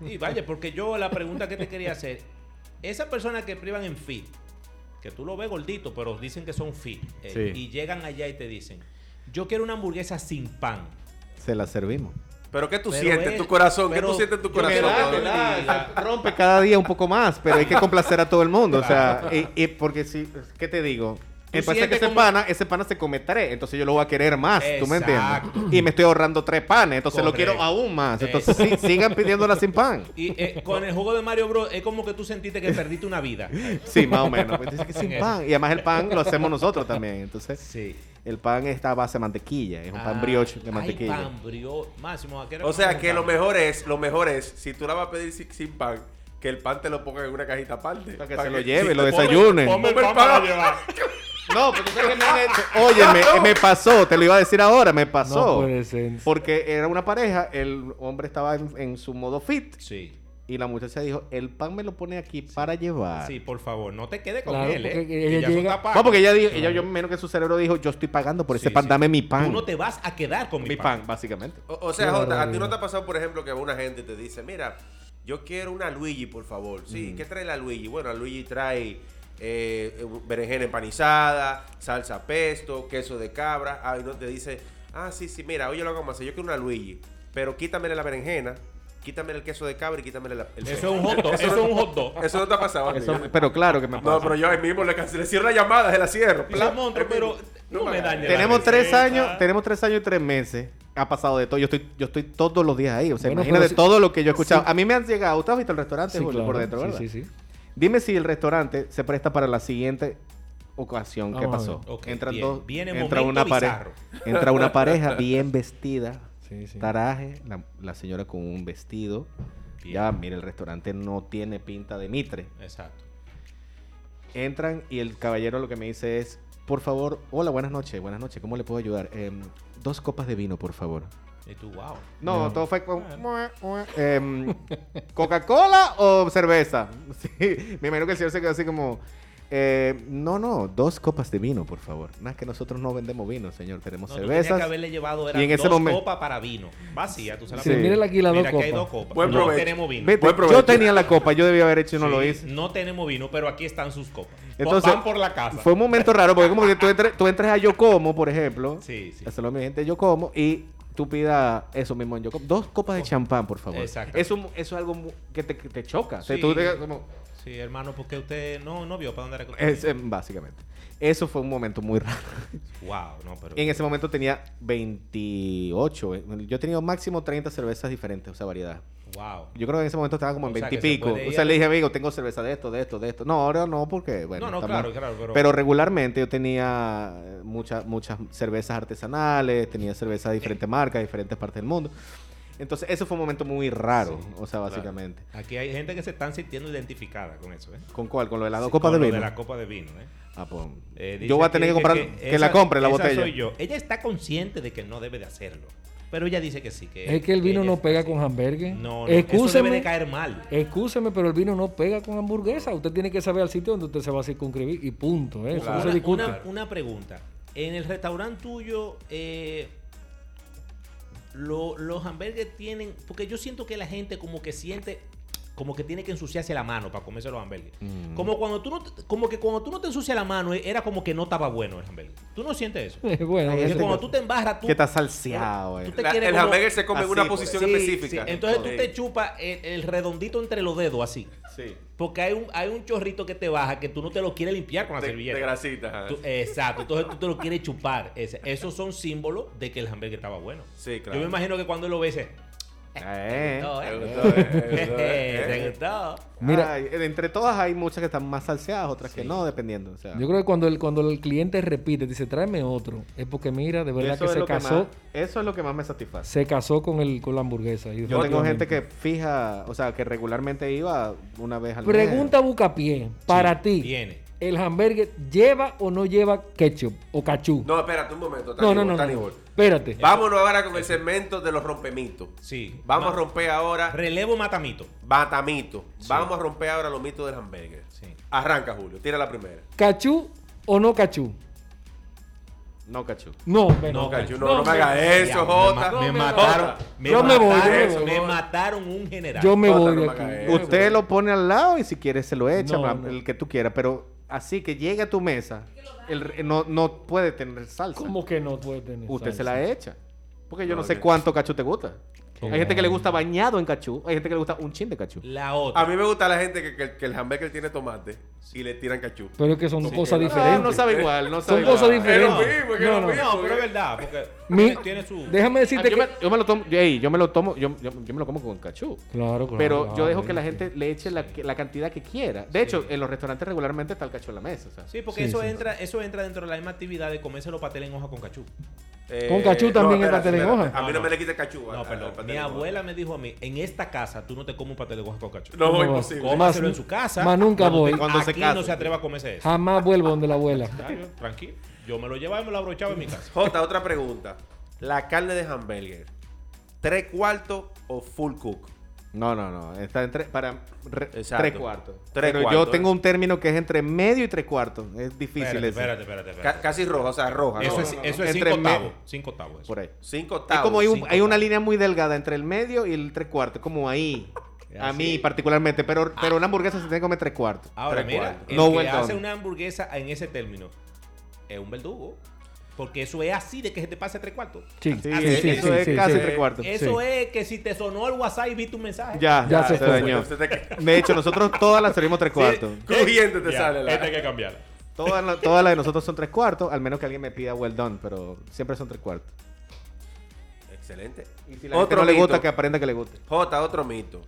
y vaya, porque yo la pregunta que te quería hacer, esa persona que privan en fit, que tú lo ves gordito, pero dicen que son fit, eh, Sí. y llegan allá y te dicen, yo quiero una hamburguesa sin pan. Se la servimos. Pero ¿qué tú Pero sientes en es- tu corazón? ¿Qué pero- tú sientes en tu Yo me corazón? da, Pablo? me da. [laughs] Rompe cada día un poco más, pero hay que complacer a todo el mundo. O sea, y- y porque si, ¿qué te digo? Me parece sientes que ese como- pana, ese pana se come tres, entonces yo lo voy a querer más, ¿tú me Exacto. entiendes? Y me estoy ahorrando tres panes, entonces Correcto. lo quiero aún más. Entonces sí, sigan pidiéndola sin pan. Y eh, con el juego de Mario Bros. es como que tú sentiste que perdiste una vida. [laughs] Sí, más o menos. Pues dice que sin Eso. pan. Y además el pan lo hacemos nosotros también. Entonces, Sí. el pan está a base de mantequilla, es un pan Ah, brioche de ay, mantequilla. pan brioche. Máximo, ¿a qué hora O sea vamos que a lo juntar? mejor es, lo mejor es, si tú la vas a pedir sin, sin pan, que el pan te lo ponga en una cajita aparte. Para que se lo lleve, lo desayune. Ponme el pan para llevar. No, pero tú sabes que me han hecho- Oye, me, me pasó, te lo iba a decir ahora, me No pasó. puede ser. porque era una pareja, el hombre estaba en, en su modo fit Sí. y la muchacha dijo, el pan me lo pone aquí para llevar. Sí, por favor, no te quedes con Claro, él, ¿eh? porque Que ella ya son llega- tapadas. No, porque ella dijo, ella, yo menos que su cerebro dijo, yo estoy pagando por ese Sí, pan, sí. dame mi pan. Tú no te vas a quedar con mi, mi pan, básicamente. O, o sea, Qué Jota, ¿a ti no barbaridad. te ha pasado, por ejemplo, que una gente y te dice, mira, yo quiero una Luigi, por favor? Sí, ¿qué trae la Luigi? Bueno, la Luigi trae eh, berenjena empanizada, salsa pesto, queso de cabra. Ah, y no te dice, ah, sí, sí, mira, oye, lo hago más, yo quiero una Luigi, pero quítamele la berenjena, quítamele el queso de cabra y quítamele la- el Eso es un hot dog, eso es un hot dog. [laughs] Eso no te ha pasado. Eso- amigo. pero claro que me pasa. No, pero yo ahí mismo le, canc- le cierro la llamada, se la cierro. Dice, "Monstruo, ahí pero mismo. no me hagas. dañes la Tenemos tres receta". años, tenemos tres años y tres meses. Ha pasado de todo. Yo estoy, yo estoy todos los días ahí. O sea, Bueno, imagínate pero si- todo lo que yo he escuchado. sí. A mí me han llegado. ¿Usted ha visto el restaurante Sí, Julio, claro. por dentro, Sí, verdad? sí, sí. Dime si el restaurante se presta para la siguiente ocasión que Vamos a pasó. ver. Ok, Entran bien. dos, Viene entra momento una pareja, bizarro. entra [laughs] una pareja bien vestida, Sí, sí. taraje, la, la señora con un vestido. Bien. Ya, mire, el restaurante no tiene pinta de mitre. Exacto. Entran y el caballero lo que me dice es, por favor, hola, buenas noches, buenas noches, ¿cómo le puedo ayudar? Em, dos copas de vino, por favor. Y tú, wow. No, todo fue con... Ah. Em, ¿Coca-Cola o cerveza? [laughs] Sí, me imagino que el señor se quedó así como... eh, no, no, dos copas de vino, por favor. Nada, que nosotros no vendemos vino, señor. Tenemos No, tú tenías cervezas. que haberle llevado eran Y en ese dos momento- copas para vino. Vacía, tú sabes. Sí, mírale aquí las Mira dos que hay copas. dos copas. Buen no provecho. tenemos vino. Vete, Buen provecho. yo tenía la copa, yo debía haber hecho y no lo Sí, hice. No tenemos vino, pero aquí están sus copas. Entonces, Van por la casa. Fue un momento raro, porque como que tú entres, tú entres a Yo Como, por ejemplo. Sí, sí. Hacerlo a mi gente Yo Como y tú pidas eso mismo en Yo Como. Dos copas de champán, por favor. Oh. Exacto. Eso, eso es algo mu- que te, que te choca. O sea, Sí. tú te- como- Sí, hermano, porque usted no, no vio para dónde era que es, usted eh, básicamente. Eso fue un momento muy raro. Wow, no, pero. En ese momento tenía 28. eh. Yo he tenido máximo 30 cervezas diferentes, o sea, variedad. Wow. Yo creo que en ese momento estaba como en O sea, 20 y que se pico. puede O ir sea, a- le dije, amigo, tengo cerveza de esto, de esto, de esto. No, ahora no, porque, bueno. No, no, estamos- claro, claro, pero- regularmente yo tenía eh, muchas muchas cervezas artesanales, tenía cervezas de diferentes marcas, de diferentes partes del mundo. Entonces, eso fue un momento muy raro, Sí, o sea, claro. básicamente. Aquí hay gente que se están sintiendo identificada con eso, ¿eh? ¿Con cuál? ¿Con lo de las dos Sí, copas de con lo vino? De la copa de vino, ¿eh? Ah, pues, Eh, dice yo voy a tener que, aquí comprar, que, la esa- compre la esa botella. soy yo. Ella está consciente de que no debe de hacerlo. Pero ella dice que sí. Que Es que el Eh, vino ella no es pega así. con hamburgues. No, no. Eso debe Excúseme, de caer mal. excúseme, pero el vino no pega con hamburguesa. Usted tiene que saber al sitio donde usted se va a circunscribir y punto. ¿eh? Eso no Una, se discute. [laughs] una- una pregunta. En el restaurante tuyo, eh, lo- los hamburgues tienen. Porque yo siento que la gente como que siente. Como que tiene que ensuciarse la mano para comerse los hamburgues. Mm. Como cuando tú no te- como que cuando tú no te ensucias la mano, eh, era como que no estaba bueno el hamburgues. ¿Tú no sientes eso? bueno, Hay Porque gente cuando que- tú te embarras, tú. que está salseado, eh. tú te La- quieres el como- hamburger se come en Así, una pues. posición Sí, específica. sí. Entonces tú Sí. te chupas el, el redondito entre los dedos así. Sí. Porque hay un, hay un chorrito que te baja que tú no te lo quieres limpiar con la de, servilleta. de grasita. ajá. [laughs] Tú- exacto, entonces tú te lo quieres chupar. Ese- esos son símbolos de que el hamburger estaba bueno. Sí, claro. Yo me imagino que cuando él lo ves, eh, Eh. no, Te eh, gustó, eh, te gustó, eh. [laughs] te gustó. Mira. Ay, eh, entre todas hay muchas que están más salseadas, otras que Sí. no, dependiendo. O sea, yo creo que cuando el, cuando el cliente repite, dice, tráeme otro, es porque mira, de verdad eso que es se lo casó, más- eso es lo que más me satisface. se casó con el con la hamburguesa. y Yo tengo gente definitivamente. que fija, o sea, que regularmente iba una vez al mes. Pregunta Bucapié, para Sí, ti, tiene. ¿el hamburgues lleva o no lleva ketchup o cachú? No, espérate un momento. No, no, no, Tani no. Bol. Espérate. Vámonos ahora con el segmento de los rompemitos. Sí. Vamos a Ma- romper ahora Relevo matamito. batamito. Vamos a romper ahora los mitos del hamburger. Sí. Arranca, Julio. Tira la primera. ¿Cachú o no cachú? No, cacho. No, ven. No, Cacho, Cacho, no, no me hagas eso, Diablo, Me, Jota. ma- me No, mataron. Jota. Me Yo me voy, mataron, yo me voy. me mataron un general. Yo me Jota, voy no de me aquí. hagas eso. Usted lo pone al lado y si quiere se lo echa, No, ma- no. el que tú quieras. Pero así que llegue a tu mesa, el re- no, no puede tener salsa. ¿Cómo que no puede tener? Usted salsa? se la echa. Porque yo no, No, sé yo- cuánto cachú te gusta. Qué Hay gente que le bueno. gusta bañado en cachú. Hay gente que le gusta un chin de cachú. La A otra. mí me gusta la gente que, que- que el hamburger tiene tomate y le tiran cachú. Pero es que son Sí. cosas Ah, diferentes. Ah, no sabe igual, no Son sabe cosas igual. Es lo diferentes. mismo, es que es No, lo no. mismo. eh. No, pero es verdad, porque Mi- tiene su. Déjame Ah, decirte yo, que... me, yo me lo tomo, yo, ey, yo me lo tomo, yo, yo- yo me lo como con cachú. Claro, claro. Pero yo claro, dejo que la sí. gente le eche la, la cantidad que quiera. De hecho, en los restaurantes regularmente está el cachú en la mesa. o sea. Sí, porque Sí, eso sí. entra, eso entra dentro de la misma actividad de comerse los pasteles en hoja con cachú. Eh, Con cachú también es espérate, pastel en espérate. hoja. A mí no, No, me no. le quita el cachú. a- No, a- al perdón. pastel Mi en hoja. abuela me dijo a mí, en esta casa tú no te comes un pastel de hoja con cachú. No, No, imposible. Cómaselo Más- en su casa. más nunca Cuando voy. te- Cuando se aquí case. no se atreva a comerse eso. [laughs] Jamás vuelvo donde la abuela. Ya, yo, Tranquilo. Yo me lo llevaba y me lo abrochaba en mi casa. Jota, otra pregunta. La carne de hamburger, ¿tres cuartos o full cook? No, no, no. Está entre, para re- Exacto. tres cuartos. Tres Pero cuartos, yo eh. tengo un término que es entre medio y tres cuartos. Es difícil Espérate, ese. espérate, espérate. espérate. Ca- casi roja, o sea, roja. Eso ¿no? es, eso es Entre cinco me- octavos. Cinco octavos. eso. Por ahí. Cinco Es octavos. como hay, un- cinco hay una octavos. línea muy delgada entre el medio y el tres cuartos. Como ahí. A Así. mí particularmente. Pero, pero una hamburguesa se tiene que comer tres cuartos. Ahora, Tres mira, cuartos. el No que vuelta hace onda. una hamburguesa en ese término es un verdugo. Porque eso es así de que se te pase tres cuartos. ah, Sí, Sí, Así eh, sí, eso sí, es casi sí. tres cuartos. Eso Sí. es que si te sonó el WhatsApp y vi tu mensaje. Ya, Ya se se, fue. dañó. Usted te- De hecho, nosotros todas las servimos tres cuartos. Crujiente te Ya, sale la. esta hay que cambiarla. Todas la- todas las de nosotros son tres cuartos, al menos que alguien me pida well done, pero siempre son tres cuartos. Excelente. Y si la gente no le mito. gusta, que aprenda que le guste. Jota, otro mito.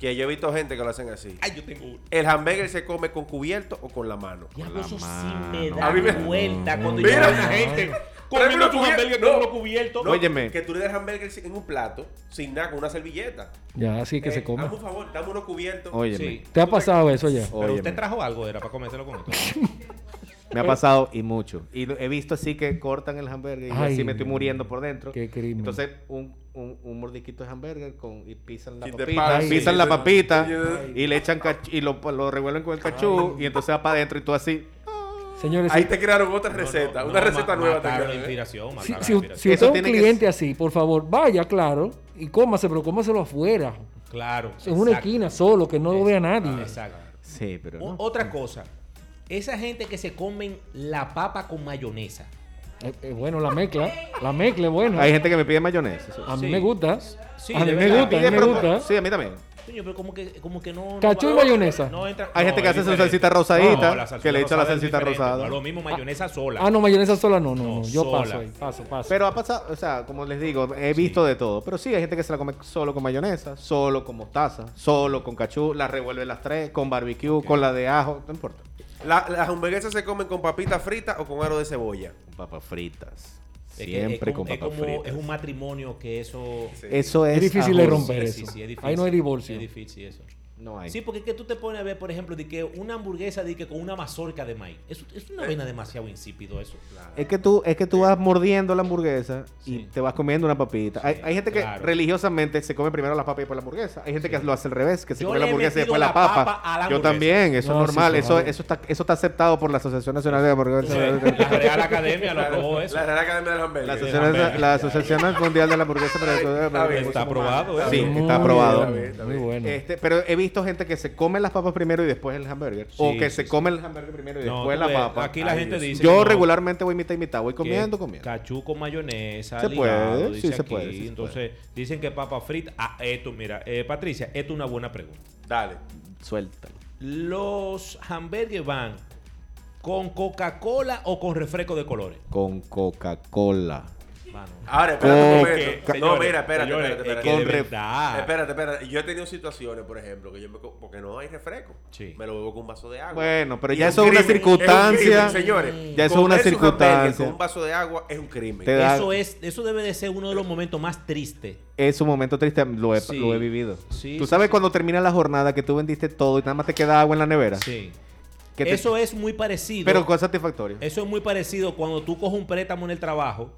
Que yo he visto gente que lo hacen así. Ay, yo tengo uno. ¿El hamburger se come con cubierto o con la mano? Diablo, eso mano. sí me da A mí me- Ah, vuelta Mm. cuando yo Mira. veo a una gente comiendo Tráemelo tu cubier- hamburguesa no. con lo cubierto. No, Óyeme. Que tú le des hamburger en un plato, sin nada, con una servilleta. Ya, así que Eh, se coma. Dame un favor, dame uno cubierto. Óyeme, ¿Te ha pasado eso ya? Pero óyeme. usted trajo algo, era para comérselo con [laughs] esto. me ha pasado y mucho. Y lo- he visto así que cortan el hamburger y yo Ay, así me estoy no. muriendo por dentro. Qué crimen. Entonces, un, un, un mordiquito de hamburger con, y pisan la Y te papita, pagan, sí. pisan la papita Ay. y le echan cach- y lo, lo revuelven con el cachú y entonces va para adentro y tú así. Señores, Ahí si- te crearon otra receta, una receta Mataron la nueva. te crearon, ¿eh? inspiración, si, mataron si- si la usted inspiración. es Eso un tiene que cliente así, por favor, vaya, claro, y cómase, pero cómaselo afuera. Claro. En una exacto. esquina, solo, que no lo vea Ah, nadie. Exacto. Sí, pero Oh, O- no. Otra cosa, esa gente que se comen la papa con mayonesa. Eh, eh, bueno, la mezcla. La mezcla es buena. Hay gente que me pide mayonesa. sí. A mí Sí. me gusta. Sí, a mí de me verdad. gusta, a mí Pide me propo- gusta. Sí, a mí también. Coño, pero como que, como que no. Cachú y no- mayonesa. no entra- Hay no, gente que es hace su diferente. salsita rosadita, la salsa que le echa rosada la es salsita diferente, rosada. no es lo mismo mayonesa sola. Ah, no, mayonesa sola no, no, No, no. Yo sola. paso ahí. Paso, paso. Pero ha pasado, o sea, como les digo, he visto de todo. Pero sí, hay gente que se la come solo con mayonesa, solo con mostaza, solo con cachú, la revuelve las tres, con barbecue, con la de ajo, no importa. La- las hamburguesas se comen con papitas fritas o con aro de cebolla. Con papas fritas. Es que Siempre es como, con es papas como- fritas. Es un matrimonio que eso. Sí. Eso es. Es difícil de abuso. romper. Sí, eso. sí, sí, es difícil. Ahí no hay divorcio. Es difícil eso. No hay. Sí, porque es que tú te pones a ver, por ejemplo, de que una hamburguesa de que con una mazorca de maíz. Eso- es una vaina demasiado insípido eso. Es que tú, es que tú vas mordiendo la hamburguesa y Sí. te vas comiendo una papita. hay, hay gente que claro. religiosamente se come primero las papas y después la hamburguesa. Hay gente que lo hace al revés, que se Yo come le la he hamburguesa y metido después la la papa. papa a la Yo hamburguesa. también, eso No, es sí, normal. por eso, favor. eso está, eso está aceptado por la Asociación Nacional de Sí, Hamburguesas. La Real Academia lo aprobó Oh, eso. La Real Academia del Hamburger. La Asociación, la Asociación Mundial de la Hamburguesa para el- Está bien, Está aprobado, ¿eh? Sí, Muy está aprobado. bien, Está Muy bien. bueno. Este, pero he visto gente que se come las papas primero y después el hamburger. o Sí, que sí, se sí. come el hamburger primero y No, después tú la ves, papa. aquí la gente dice que Yo no. regularmente voy mitad y mitad. Voy que comiendo, comiendo. Cachú con mayonesa. Se ligado, puede, dice sí se aquí. puede, sí se Entonces, dicen que papa frita. Ah, esto, mira, eh, Patricia, esto es una buena pregunta. Dale. Suéltalo. ¿Los hamburgues van con Coca-Cola o con refresco de colores? Con Coca-Cola. Mano, Ahora, espérate un Oh, momento. que- no, señores, mira, espérate, señores, espérate, es espérate. que de Con ref- verdad. Espérate, espérate. Yo he tenido situaciones, por ejemplo, que yo me co- porque no hay refresco. Sí. Me lo bebo con un vaso de agua. Bueno, pero Y ya eso es una crimen, circunstancia. es un crimen, señores. Ya eso es una Comer su circunstancia. hamburger Con un vaso de agua es un crimen. Te da- Eso, es, eso debe de ser uno de los momentos más tristes. Es un momento triste, lo he, Sí. lo he vivido. Sí, tú sí, sabes sí. cuando termina la jornada que tú vendiste todo y nada más te queda agua en la nevera. Sí. Que te- Eso es muy parecido. Pero con satisfactorio. Eso es muy parecido cuando tú coges un préstamo en el trabajo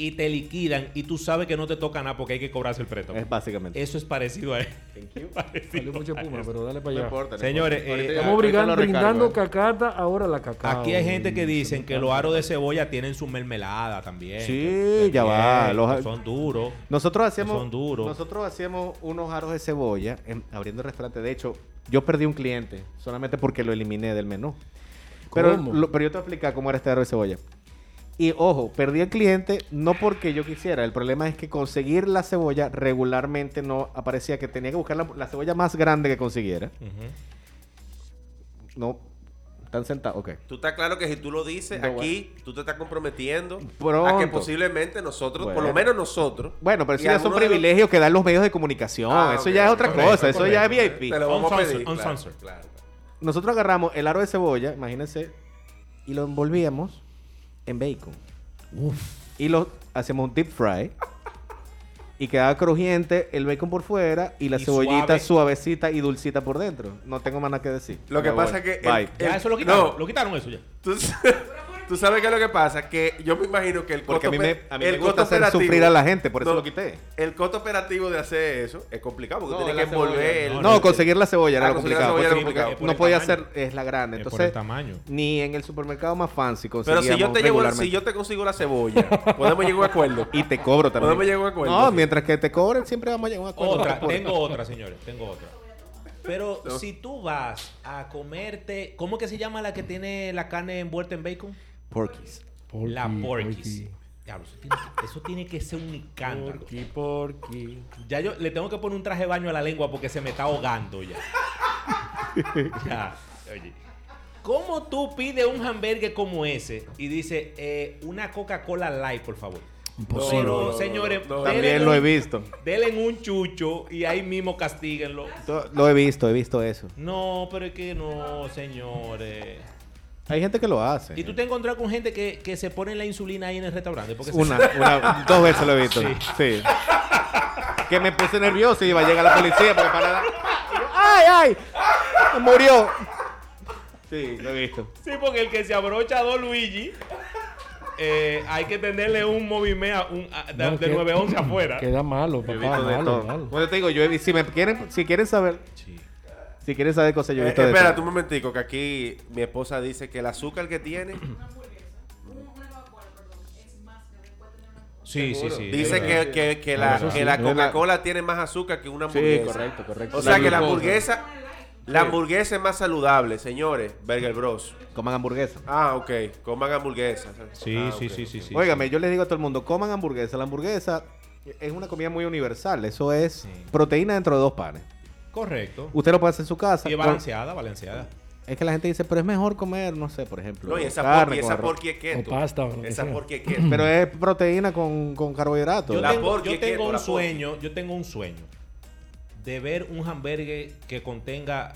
y te liquidan y tú sabes que no te toca nada porque hay que cobrarse el préstamo. Es básicamente. Eso es parecido a él. [laughs] Salió mucho puma, pero dale para No allá. importa. no Señores, importa. eh, estamos Ahorita- Estamos ahorita brigando, lo recargo, brindando eh. cacata, ahora la cacao. Aquí hay gente que dicen que los aros de cebolla tienen su mermelada también. Sí, que- ya va, que los- son duros. Nosotros hacíamos, Son duros. nosotros hacíamos unos aros de cebolla en- abriendo el restaurante. De hecho, yo perdí un cliente solamente porque lo eliminé del menú. Pero, ¿Cómo? lo- pero yo te voy a explicar cómo era este aro de cebolla. Y ojo, perdí el cliente no porque yo quisiera. El problema es que conseguir la cebolla regularmente no aparecía, que tenía que buscar la, la cebolla más grande que consiguiera. Ujú. No, están sentados, ok. Tú estás claro que si tú lo dices No, aquí, tú te estás comprometiendo a que Pronto. posiblemente nosotros, por Bueno. lo menos nosotros. Bueno, pero y eso ya son algunos de los- privilegios que dan los medios de comunicación. Ah, ok, eso ya es otra correcto, cosa, eso ya es correcto. VIP. Te lo vamos a Uncensored, pedir. claro, uncensored. claro, claro. Nosotros agarramos el aro de cebolla, imagínense, y lo envolvíamos en bacon. Y lo hacíamos un deep fry. Y quedaba crujiente el bacon por fuera y la Y cebollita suave. suavecita y dulcita por dentro. No tengo más nada que decir. Lo que Me pasa voy. es que. el- Bye. Ya el- eso lo quitaron. no, Lo quitaron eso ya. eh, tú, [laughs] tú sabes qué es lo que pasa. Que yo me imagino que el Porque a mí me, pe- a mí el me gusta costo hacer operativo- sufrir a la gente, por eso No, lo quité. El costo operativo de hacer eso es complicado porque No, tú la tienes que envolver. cebolla, el- no, No, conseguir la cebolla Ah, era lo conseguir la complicado. cebolla pues, era porque complicado. por No el podía tamaño. hacer, es la grande. Es por Entonces, el tamaño. ni en el supermercado más fancy Pero conseguíamos si yo, te llevo, regularmente. si yo te consigo la cebolla, [laughs] podemos llegar a un acuerdo. Y te cobro también. Podemos llegar a un acuerdo. No, mientras que te cobren, siempre vamos a llegar a un acuerdo. Otra, Por- tengo otra, señores, tengo otra. [laughs] Pero si tú vas a comerte, ¿cómo que se llama la que tiene la carne envuelta en bacon? Porquis. Porky, la porquis. porky. Diablo, eso, tiene que, eso tiene que ser un escándalo. Porky, porky. Ya yo le tengo que poner un traje de baño a la lengua porque se me está ahogando [laughs] ya. Ya, oye. ¿Cómo tú pides un hamburger como ese y dice eh, una Coca-Cola Light, por favor? Imposible. Pero, No, no, no, señores, no, no. denle También lo he un- visto. Denle un chucho y ahí mismo castíguenlo. Lo- Lo he visto, he visto eso. No, pero es que no, señores. Hay gente que lo hace. Y tú te encontrás con gente que, que se pone la insulina ahí en el restaurante. Porque se- Una, una, dos veces lo he visto. Sí. Que me puse nervioso y iba a llegar la policía porque para... ¡Ay, ay! ¡Murió! Sí, lo he visto. [laughs] Sí, porque el que se abrocha a Don Luigi, eh, hay que tenerle un movimiento un, a- de, No, de que- [clears throat] 911 afuera. Queda malo, Yo he papá. visto de Malo, todo. malo. Bueno, te digo, yo he vi- si me quieren, si quieren saber, Sí. si quieren saber cosas, yo he Eh, visto de espera, todo. un momentico, que aquí mi esposa dice que el azúcar que tiene Sí, sí, sí. dice que, que- que la, Eso sí, que la Ah, es verdad. Coca-Cola tiene más azúcar que una Sí, hamburguesa. correcto, correcto. O sea que la glucosa. hamburguesa, la hamburguesa es más saludable, señores, Burger Bros. Coman hamburguesa. Ah, ok, coman hamburguesas. Sí, Ah, sí, ok. sí, sí, sí. Óigame, yo les digo a todo el mundo, coman hamburguesa. La hamburguesa es una comida muy universal. Eso es proteína dentro de dos panes. Correcto. Usted lo puede hacer en su casa. Y es Con- balanceada, balanceada. Es que la gente dice, pero es mejor comer, no sé, por ejemplo. No, y esa, por, carne y con esa arroz". porqui es keto. O pasta, o lo que esa sea. porqui es keto. Pero es proteína con, con carbohidratos. Yo La tengo, porky yo es que tengo esto, un la porky. sueño, yo tengo un sueño de ver un hamburguer que contenga,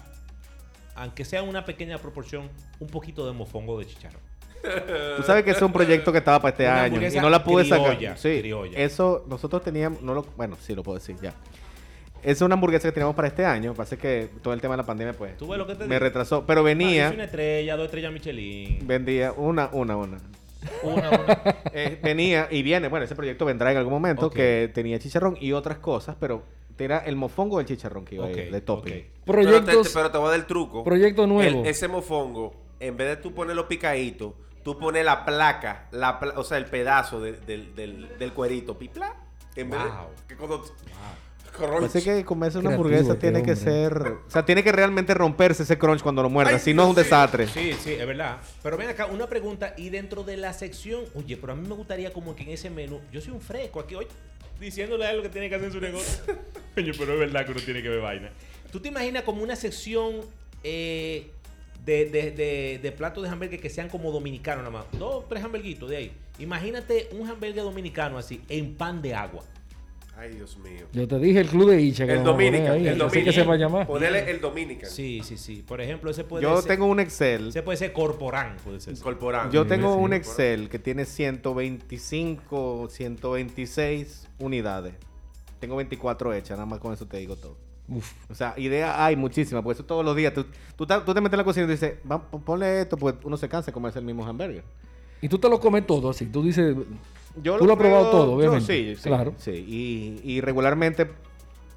aunque sea una pequeña proporción, un poquito de mofongo de chicharrón. Tú sabes que ese es un proyecto que estaba para este Una año y hamburguesa no la pude criolla, sacar. Sí, criolla. eso nosotros teníamos, no lo, bueno, sí lo puedo decir ya. Es una hamburguesa que teníamos para este año. Lo que Pasa es que todo el tema de la pandemia, pues, ¿Tú ves lo que te me digo? retrasó. Pero Ah, hice una venía, estrella, dos estrellas Michelin. vendía una, una, una. Una, [laughs] una. Eh, venía y viene, bueno, ese proyecto vendrá en algún momento Ok. que tenía chicharrón y otras cosas, pero era el mofongo del chicharrón que iba ahí, Ok, de topping. ok. Pero te, Proyectos, te- pero te voy a dar el truco. proyecto nuevo. El- ese mofongo, en vez de tú ponerlo picadito, tú pones la placa, la pla- o sea, el pedazo de- del, del, del cuerito. Pipla. En vez de- Wow. que cuando- Parece Pues que comerse una Creativo hamburguesa este tiene que hombre. ser, o sea, tiene que realmente romperse ese crunch cuando lo muerdas, Ay, si no es un Dios mío. desastre. Sí, sí, es verdad. Pero ven acá, una pregunta. Y dentro de la sección, oye, pero a mí me gustaría como que en ese menú, yo soy un fresco aquí hoy, diciéndole a él lo que tiene que hacer en su [laughs] negocio. Oye, pero es verdad que uno tiene que ver vaina. ¿Tú te imaginas como una sección eh, de, de, de- de platos de hamburgues que sean como dominicanos nada más? Dos, tres hamburguitos de ahí. Imagínate un hamburgues dominicano así, en pan de agua. Ay, Dios mío. Yo te dije el club de Icha. que El lo vamos a poner Dominican. ahí, El Así que se va a Dominican. llamar. Ponele el Dominican. Sí, sí, sí. Por ejemplo, ese puede Yo ser... tengo un Excel, Ese puede ser corporán, puede ser. Incorporando. yo tengo sí. un Excel que tiene 125, 126 unidades. Tengo 24 hechas, nada más con eso te digo todo. Uf. O sea, idea hay muchísimas, porque eso todos los días. Tú, tú, ta- tú te metes en la cocina y tú dices, "Va, pon- ponle esto, pues uno se cansa de comerse el mismo hamburger. Y tú te lo comes todo así. Tú dices, Yo Tú lo has probado pruebo- todo, yo obviamente. sí, sí, Claro. sí. Y, y regularmente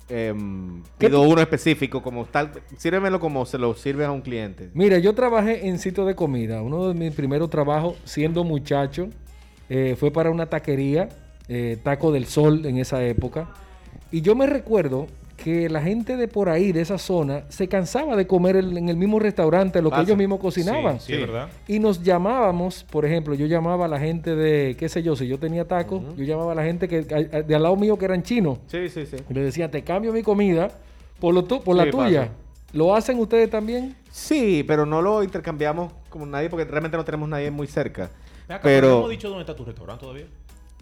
em, ¿Qué pido tú- uno específico, como tal. Sírvemelo como se lo sirves a un cliente. Mira, yo trabajé en sitio de comida. Uno de mis primeros trabajos, siendo muchacho, eh, fue para una taquería, eh, Taco del Sol en esa época. Y yo me recuerdo que la gente de por ahí, de esa zona, se cansaba de comer el- en el mismo restaurante lo que Pasa. ellos mismos cocinaban. Sí, sí, es verdad. Y nos llamábamos, por ejemplo, yo llamaba a la gente de, qué sé yo, si yo tenía tacos, yo llamaba a la gente que, a- a- de al lado mío que eran chinos. Sí, sí, sí. Y le decía, te cambio mi comida por, lo tu- por la Sí, pasa. tuya. ¿Lo hacen ustedes también? Sí, pero no lo intercambiamos como nadie porque realmente no tenemos nadie muy cerca. Ve acá, pero no Pero. hemos dicho dónde está tu restaurante todavía.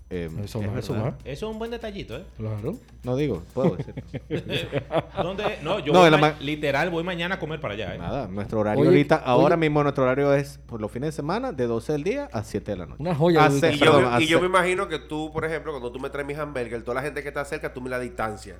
em, Eso es va, eso verdad. va. Eso es un buen detallito, ¿eh? [laughs] Claro. No digo, puedo [laughs] decir. [laughs] ¿Dónde? No, yo No, voy la ma- ma- literal voy mañana a comer para allá, ¿eh? Nada, nuestro horario Oye, ahorita, oye. ahora mismo nuestro horario es por los fines de semana, de 12 del día a 7 de la noche. Una joya A de se- Y, ubicación. perdón, yo, a me- y yo se- me imagino que tú, por ejemplo, cuando tú me traes mis hamburgues, toda la gente que está cerca, tú me la distancia.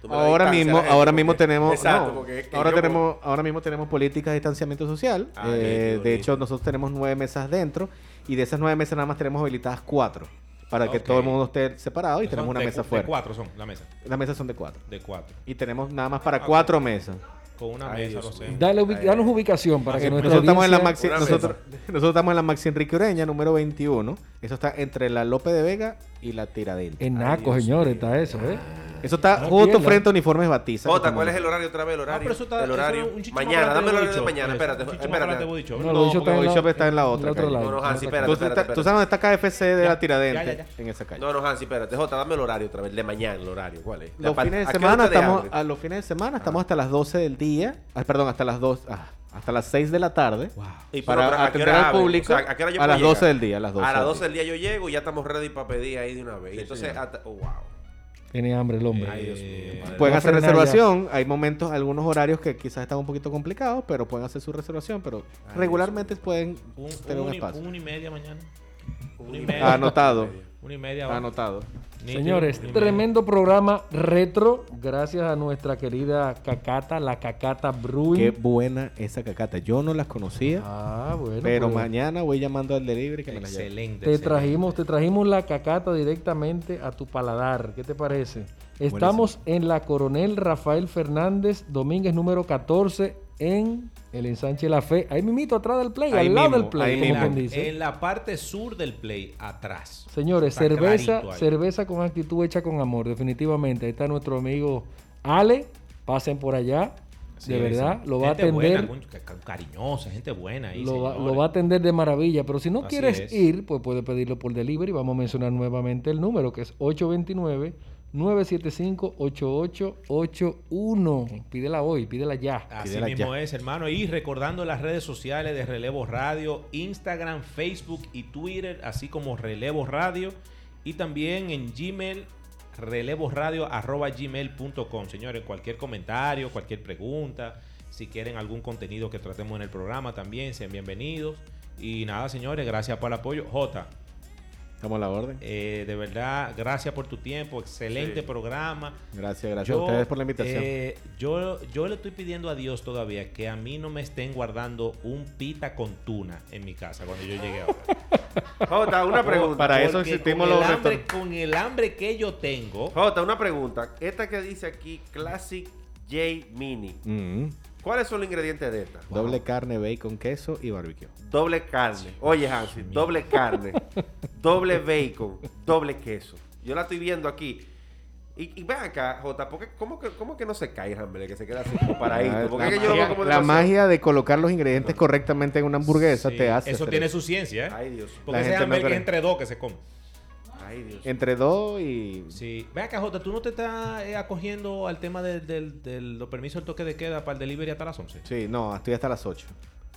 Tú me la Ahora distancias a mismo, la gente, ahora porque- mismo tenemos, Exacto, no, porque es que ahora yo- tenemos, ahora mismo tenemos políticas de distanciamiento social. Ah, Eh, nítido, de hecho, nítido. nosotros tenemos nueve mesas dentro y de esas nueve mesas nada más tenemos habilitadas cuatro para que Ok. todo el mundo esté separado y Son tenemos una de mesa cu- de fuera. cuatro son, la mesa. Las mesas son de cuatro De cuatro. y tenemos nada Ah, más para ok. cuatro mesas. Con una Ay, mesa, Dios no Eh, sé. mío. Dale ubi- Ay, danos ay. ubicación para Ah, que sí, nuestra Nosotros eh, estamos, en la Maxi, audiencia... Una nosotros, nosotros estamos en la Maxi Enrique Ureña, número 21. Eso está entre la Lope de Vega y la Tiradentes. En Ay, Naco, Dios señores, mío. está eso, ¿eh? Eso está Ah, No justo pierda. frente a Uniformes Batiza. Jota, ¿cuál es el horario otra vez? El horario. Ah, pero eso está- el eso era horario. un chicho más mañana, grande dame el de horario de Bodichop, mañana. eso, Espérate, un chicho más grande de espérate. Bodichop. No, Bodichop porque Bodichop está en la otra el otro calle. lado. No, no, Hansi, En la otra espérate. ¿Tú, tú- tú sabes dónde está KFC de Ya, la Tiradentes? ya, ya, ya. En esa calle. No, no, Hansi, espérate. Jota, dámelo horario otra vez. El de mañana, el horario. ¿Cuál es? La los pa- fines ¿a de qué semana hora te Ah. estamos, abren? a los fines de semana estamos hasta las 12 del día, ah, perdón, hasta las 2, ah, hasta las 6 de la tarde. Y pero, pero, Para ¿a qué atender hora al abren? público O sea, ¿a qué hora yo a puedo las 12 llegar? del día, a las 12. A las del 12 día. del día yo llego y ya estamos ready para pedir ahí de una vez. Y entonces, hasta- oh, wow. Tiene hambre el hombre. Ay, Dios Eh, mío. madre. Pueden Voy a hacer frenar ya. reservación, hay momentos, algunos horarios que quizás están un poquito complicados, pero pueden hacer su reservación, pero regularmente pueden Un, tener un, un, y- espacio. Ah, un y media mañana. Una y media. [laughs] Anotado, Una y Ah, media. va. anotado. Ni- Señores, ni- ni- tremendo programa retro. Gracias a nuestra querida Cacata, la Cacata Brewing. Qué buena esa cacata, yo no las conocía, Ah, bueno. pero pues, mañana voy llamando al delivery que me las lleve. Excelente. Te excelente. trajimos, te trajimos la Cacata directamente a tu paladar. ¿Qué te parece? Estamos en la Coronel Rafael Fernández Domínguez número 14 en el ensanche La Fe. Ahí mimito, atrás del play, Ahí al lado mismo, del play. ahí como En la, quien dice. en la parte sur del play, atrás. Señores, Está cerveza, clarito ahí. cerveza con actitud hecha con amor, definitivamente. Ahí está nuestro amigo Ale. Pasen por allá. Sí, de sí. verdad, lo va a Gente atender. buena, coño, ca- ca- cariñosa, gente buena. Ahí, lo, va, señores. lo va a atender de maravilla. Pero si no Así quieres es. ir, pues puede pedirlo por delivery. Vamos a mencionar nuevamente el número, que es 829-975-8881. Pídela hoy, pídela ya. Así Pídela mismo es, hermano. Y recordando las redes sociales de Relevo Radio, Instagram, Facebook y Twitter, así como Relevo Radio. Y también en Gmail, relevoradio.gmail.com. Señores, cualquier comentario, cualquier pregunta, si quieren algún contenido que tratemos en el programa también, sean bienvenidos. Y nada, señores, gracias por el apoyo. J, Estamos a la orden. eh, de verdad, gracias por tu tiempo. Excelente Sí. programa. Gracias, gracias a ustedes por la invitación. eh, yo, yo le estoy pidiendo a Dios todavía que a mí no me estén guardando un pita con tuna en mi casa cuando yo llegue [laughs] ahora. [laughs] Jota, una pregunta. Para eso Porque existimos con el los hambre, restaurantes. Con el hambre que yo tengo, Oh, Jota, una pregunta. Esta que dice aquí, Classic J Mini. Mm. ¿Cuáles son los ingredientes de esta? Doble carne, bacon, queso y barbecue. Doble carne. Oye, Hansi, doble [laughs] carne, doble bacon, doble queso. Yo la estoy viendo aquí. Y, y ven acá, Jota, ¿por qué- cómo, que, cómo que no se cae, hombre? Que se queda así como paradito. Porque la, es que yo lo veo magia, como la demasiado- magia de colocar los ingredientes correctamente en una hamburguesa Ah. sí, te hace. eso hacer tiene su ciencia, ¿eh? Ay, Dios. Porque La ese gente no hambre que cree. es entre dos que se come. Ay, Dios. Entre dos y. Sí. Ve acá, Jota, ¿tú no te estás eh, acogiendo al tema del, del, del- los permisos del toque de queda para el delivery hasta las 11? Sí, no, estoy hasta las 8.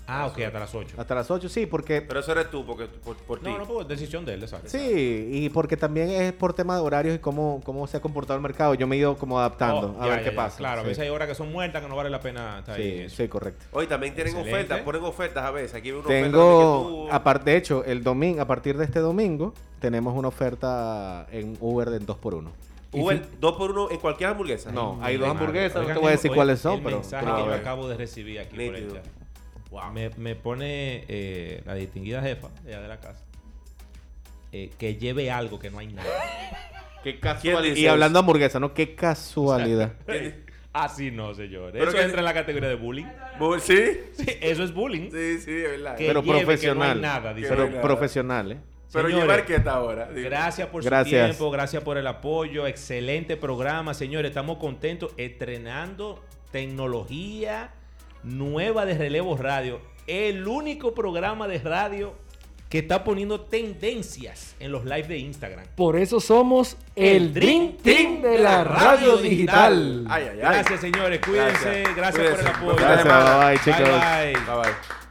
Ah, ok, hasta las 8. Hasta las 8, sí, porque. Pero eso eres tú, porque por, por ti. No, no, pues decisión de él, exacto. Sí, y porque también es por tema de horarios y cómo, cómo se ha comportado el mercado. Yo me he ido como adaptando Oh, a ya, ver ya, qué ya. pasa. Claro, a sí. veces hay horas que son muertas que no vale la pena estar ahí. Sí, eso. sí, correcto. Oye, también tienen Excelente. ofertas. Ponen ofertas a veces. Aquí hay una Tengo, oferta. aparte, de hecho, el domingo, a partir de este domingo, tenemos una oferta en Uber de 2x1. Uber, dos por uno en cualquier hamburguesa. No, Ay, hay dos mi madre. hamburguesas, no Oigan, te voy a el- decir oye, cuáles son, el pero mensaje tú vas que a yo ver. acabo de recibir aquí por el Nítido. chat. Me, me pone eh, la distinguida jefa de allá de la casa. eh, que lleve algo que no hay [laughs] nada. Qué Y [laughs] hablando de hamburguesa, ¿no? Qué casualidad. Ah, Así no, señor. Pero Eso que- entra en la categoría de bullying. ¿Sí? Sí, eso es bullying. Sí, sí, de verdad. Que pero lleve, que profesional. no hay nada, dice. Que no hay pero nada. profesional, ¿eh? Pero Señores, llevar que hasta ahora. Dime. Gracias por Gracias. su tiempo, gracias por el apoyo. Excelente programa, señores. Estamos contentos estrenando tecnología nueva de Relevos Radio. El único programa de radio que está poniendo tendencias en los lives de Instagram. Por eso somos El el Dream Team de la radio digital. Ay, ay, ay. Gracias, señores. Cuídense. Gracias, Gracias. por el apoyo. Gracias, bye, bye, chicos. Bye, bye. Bye bye.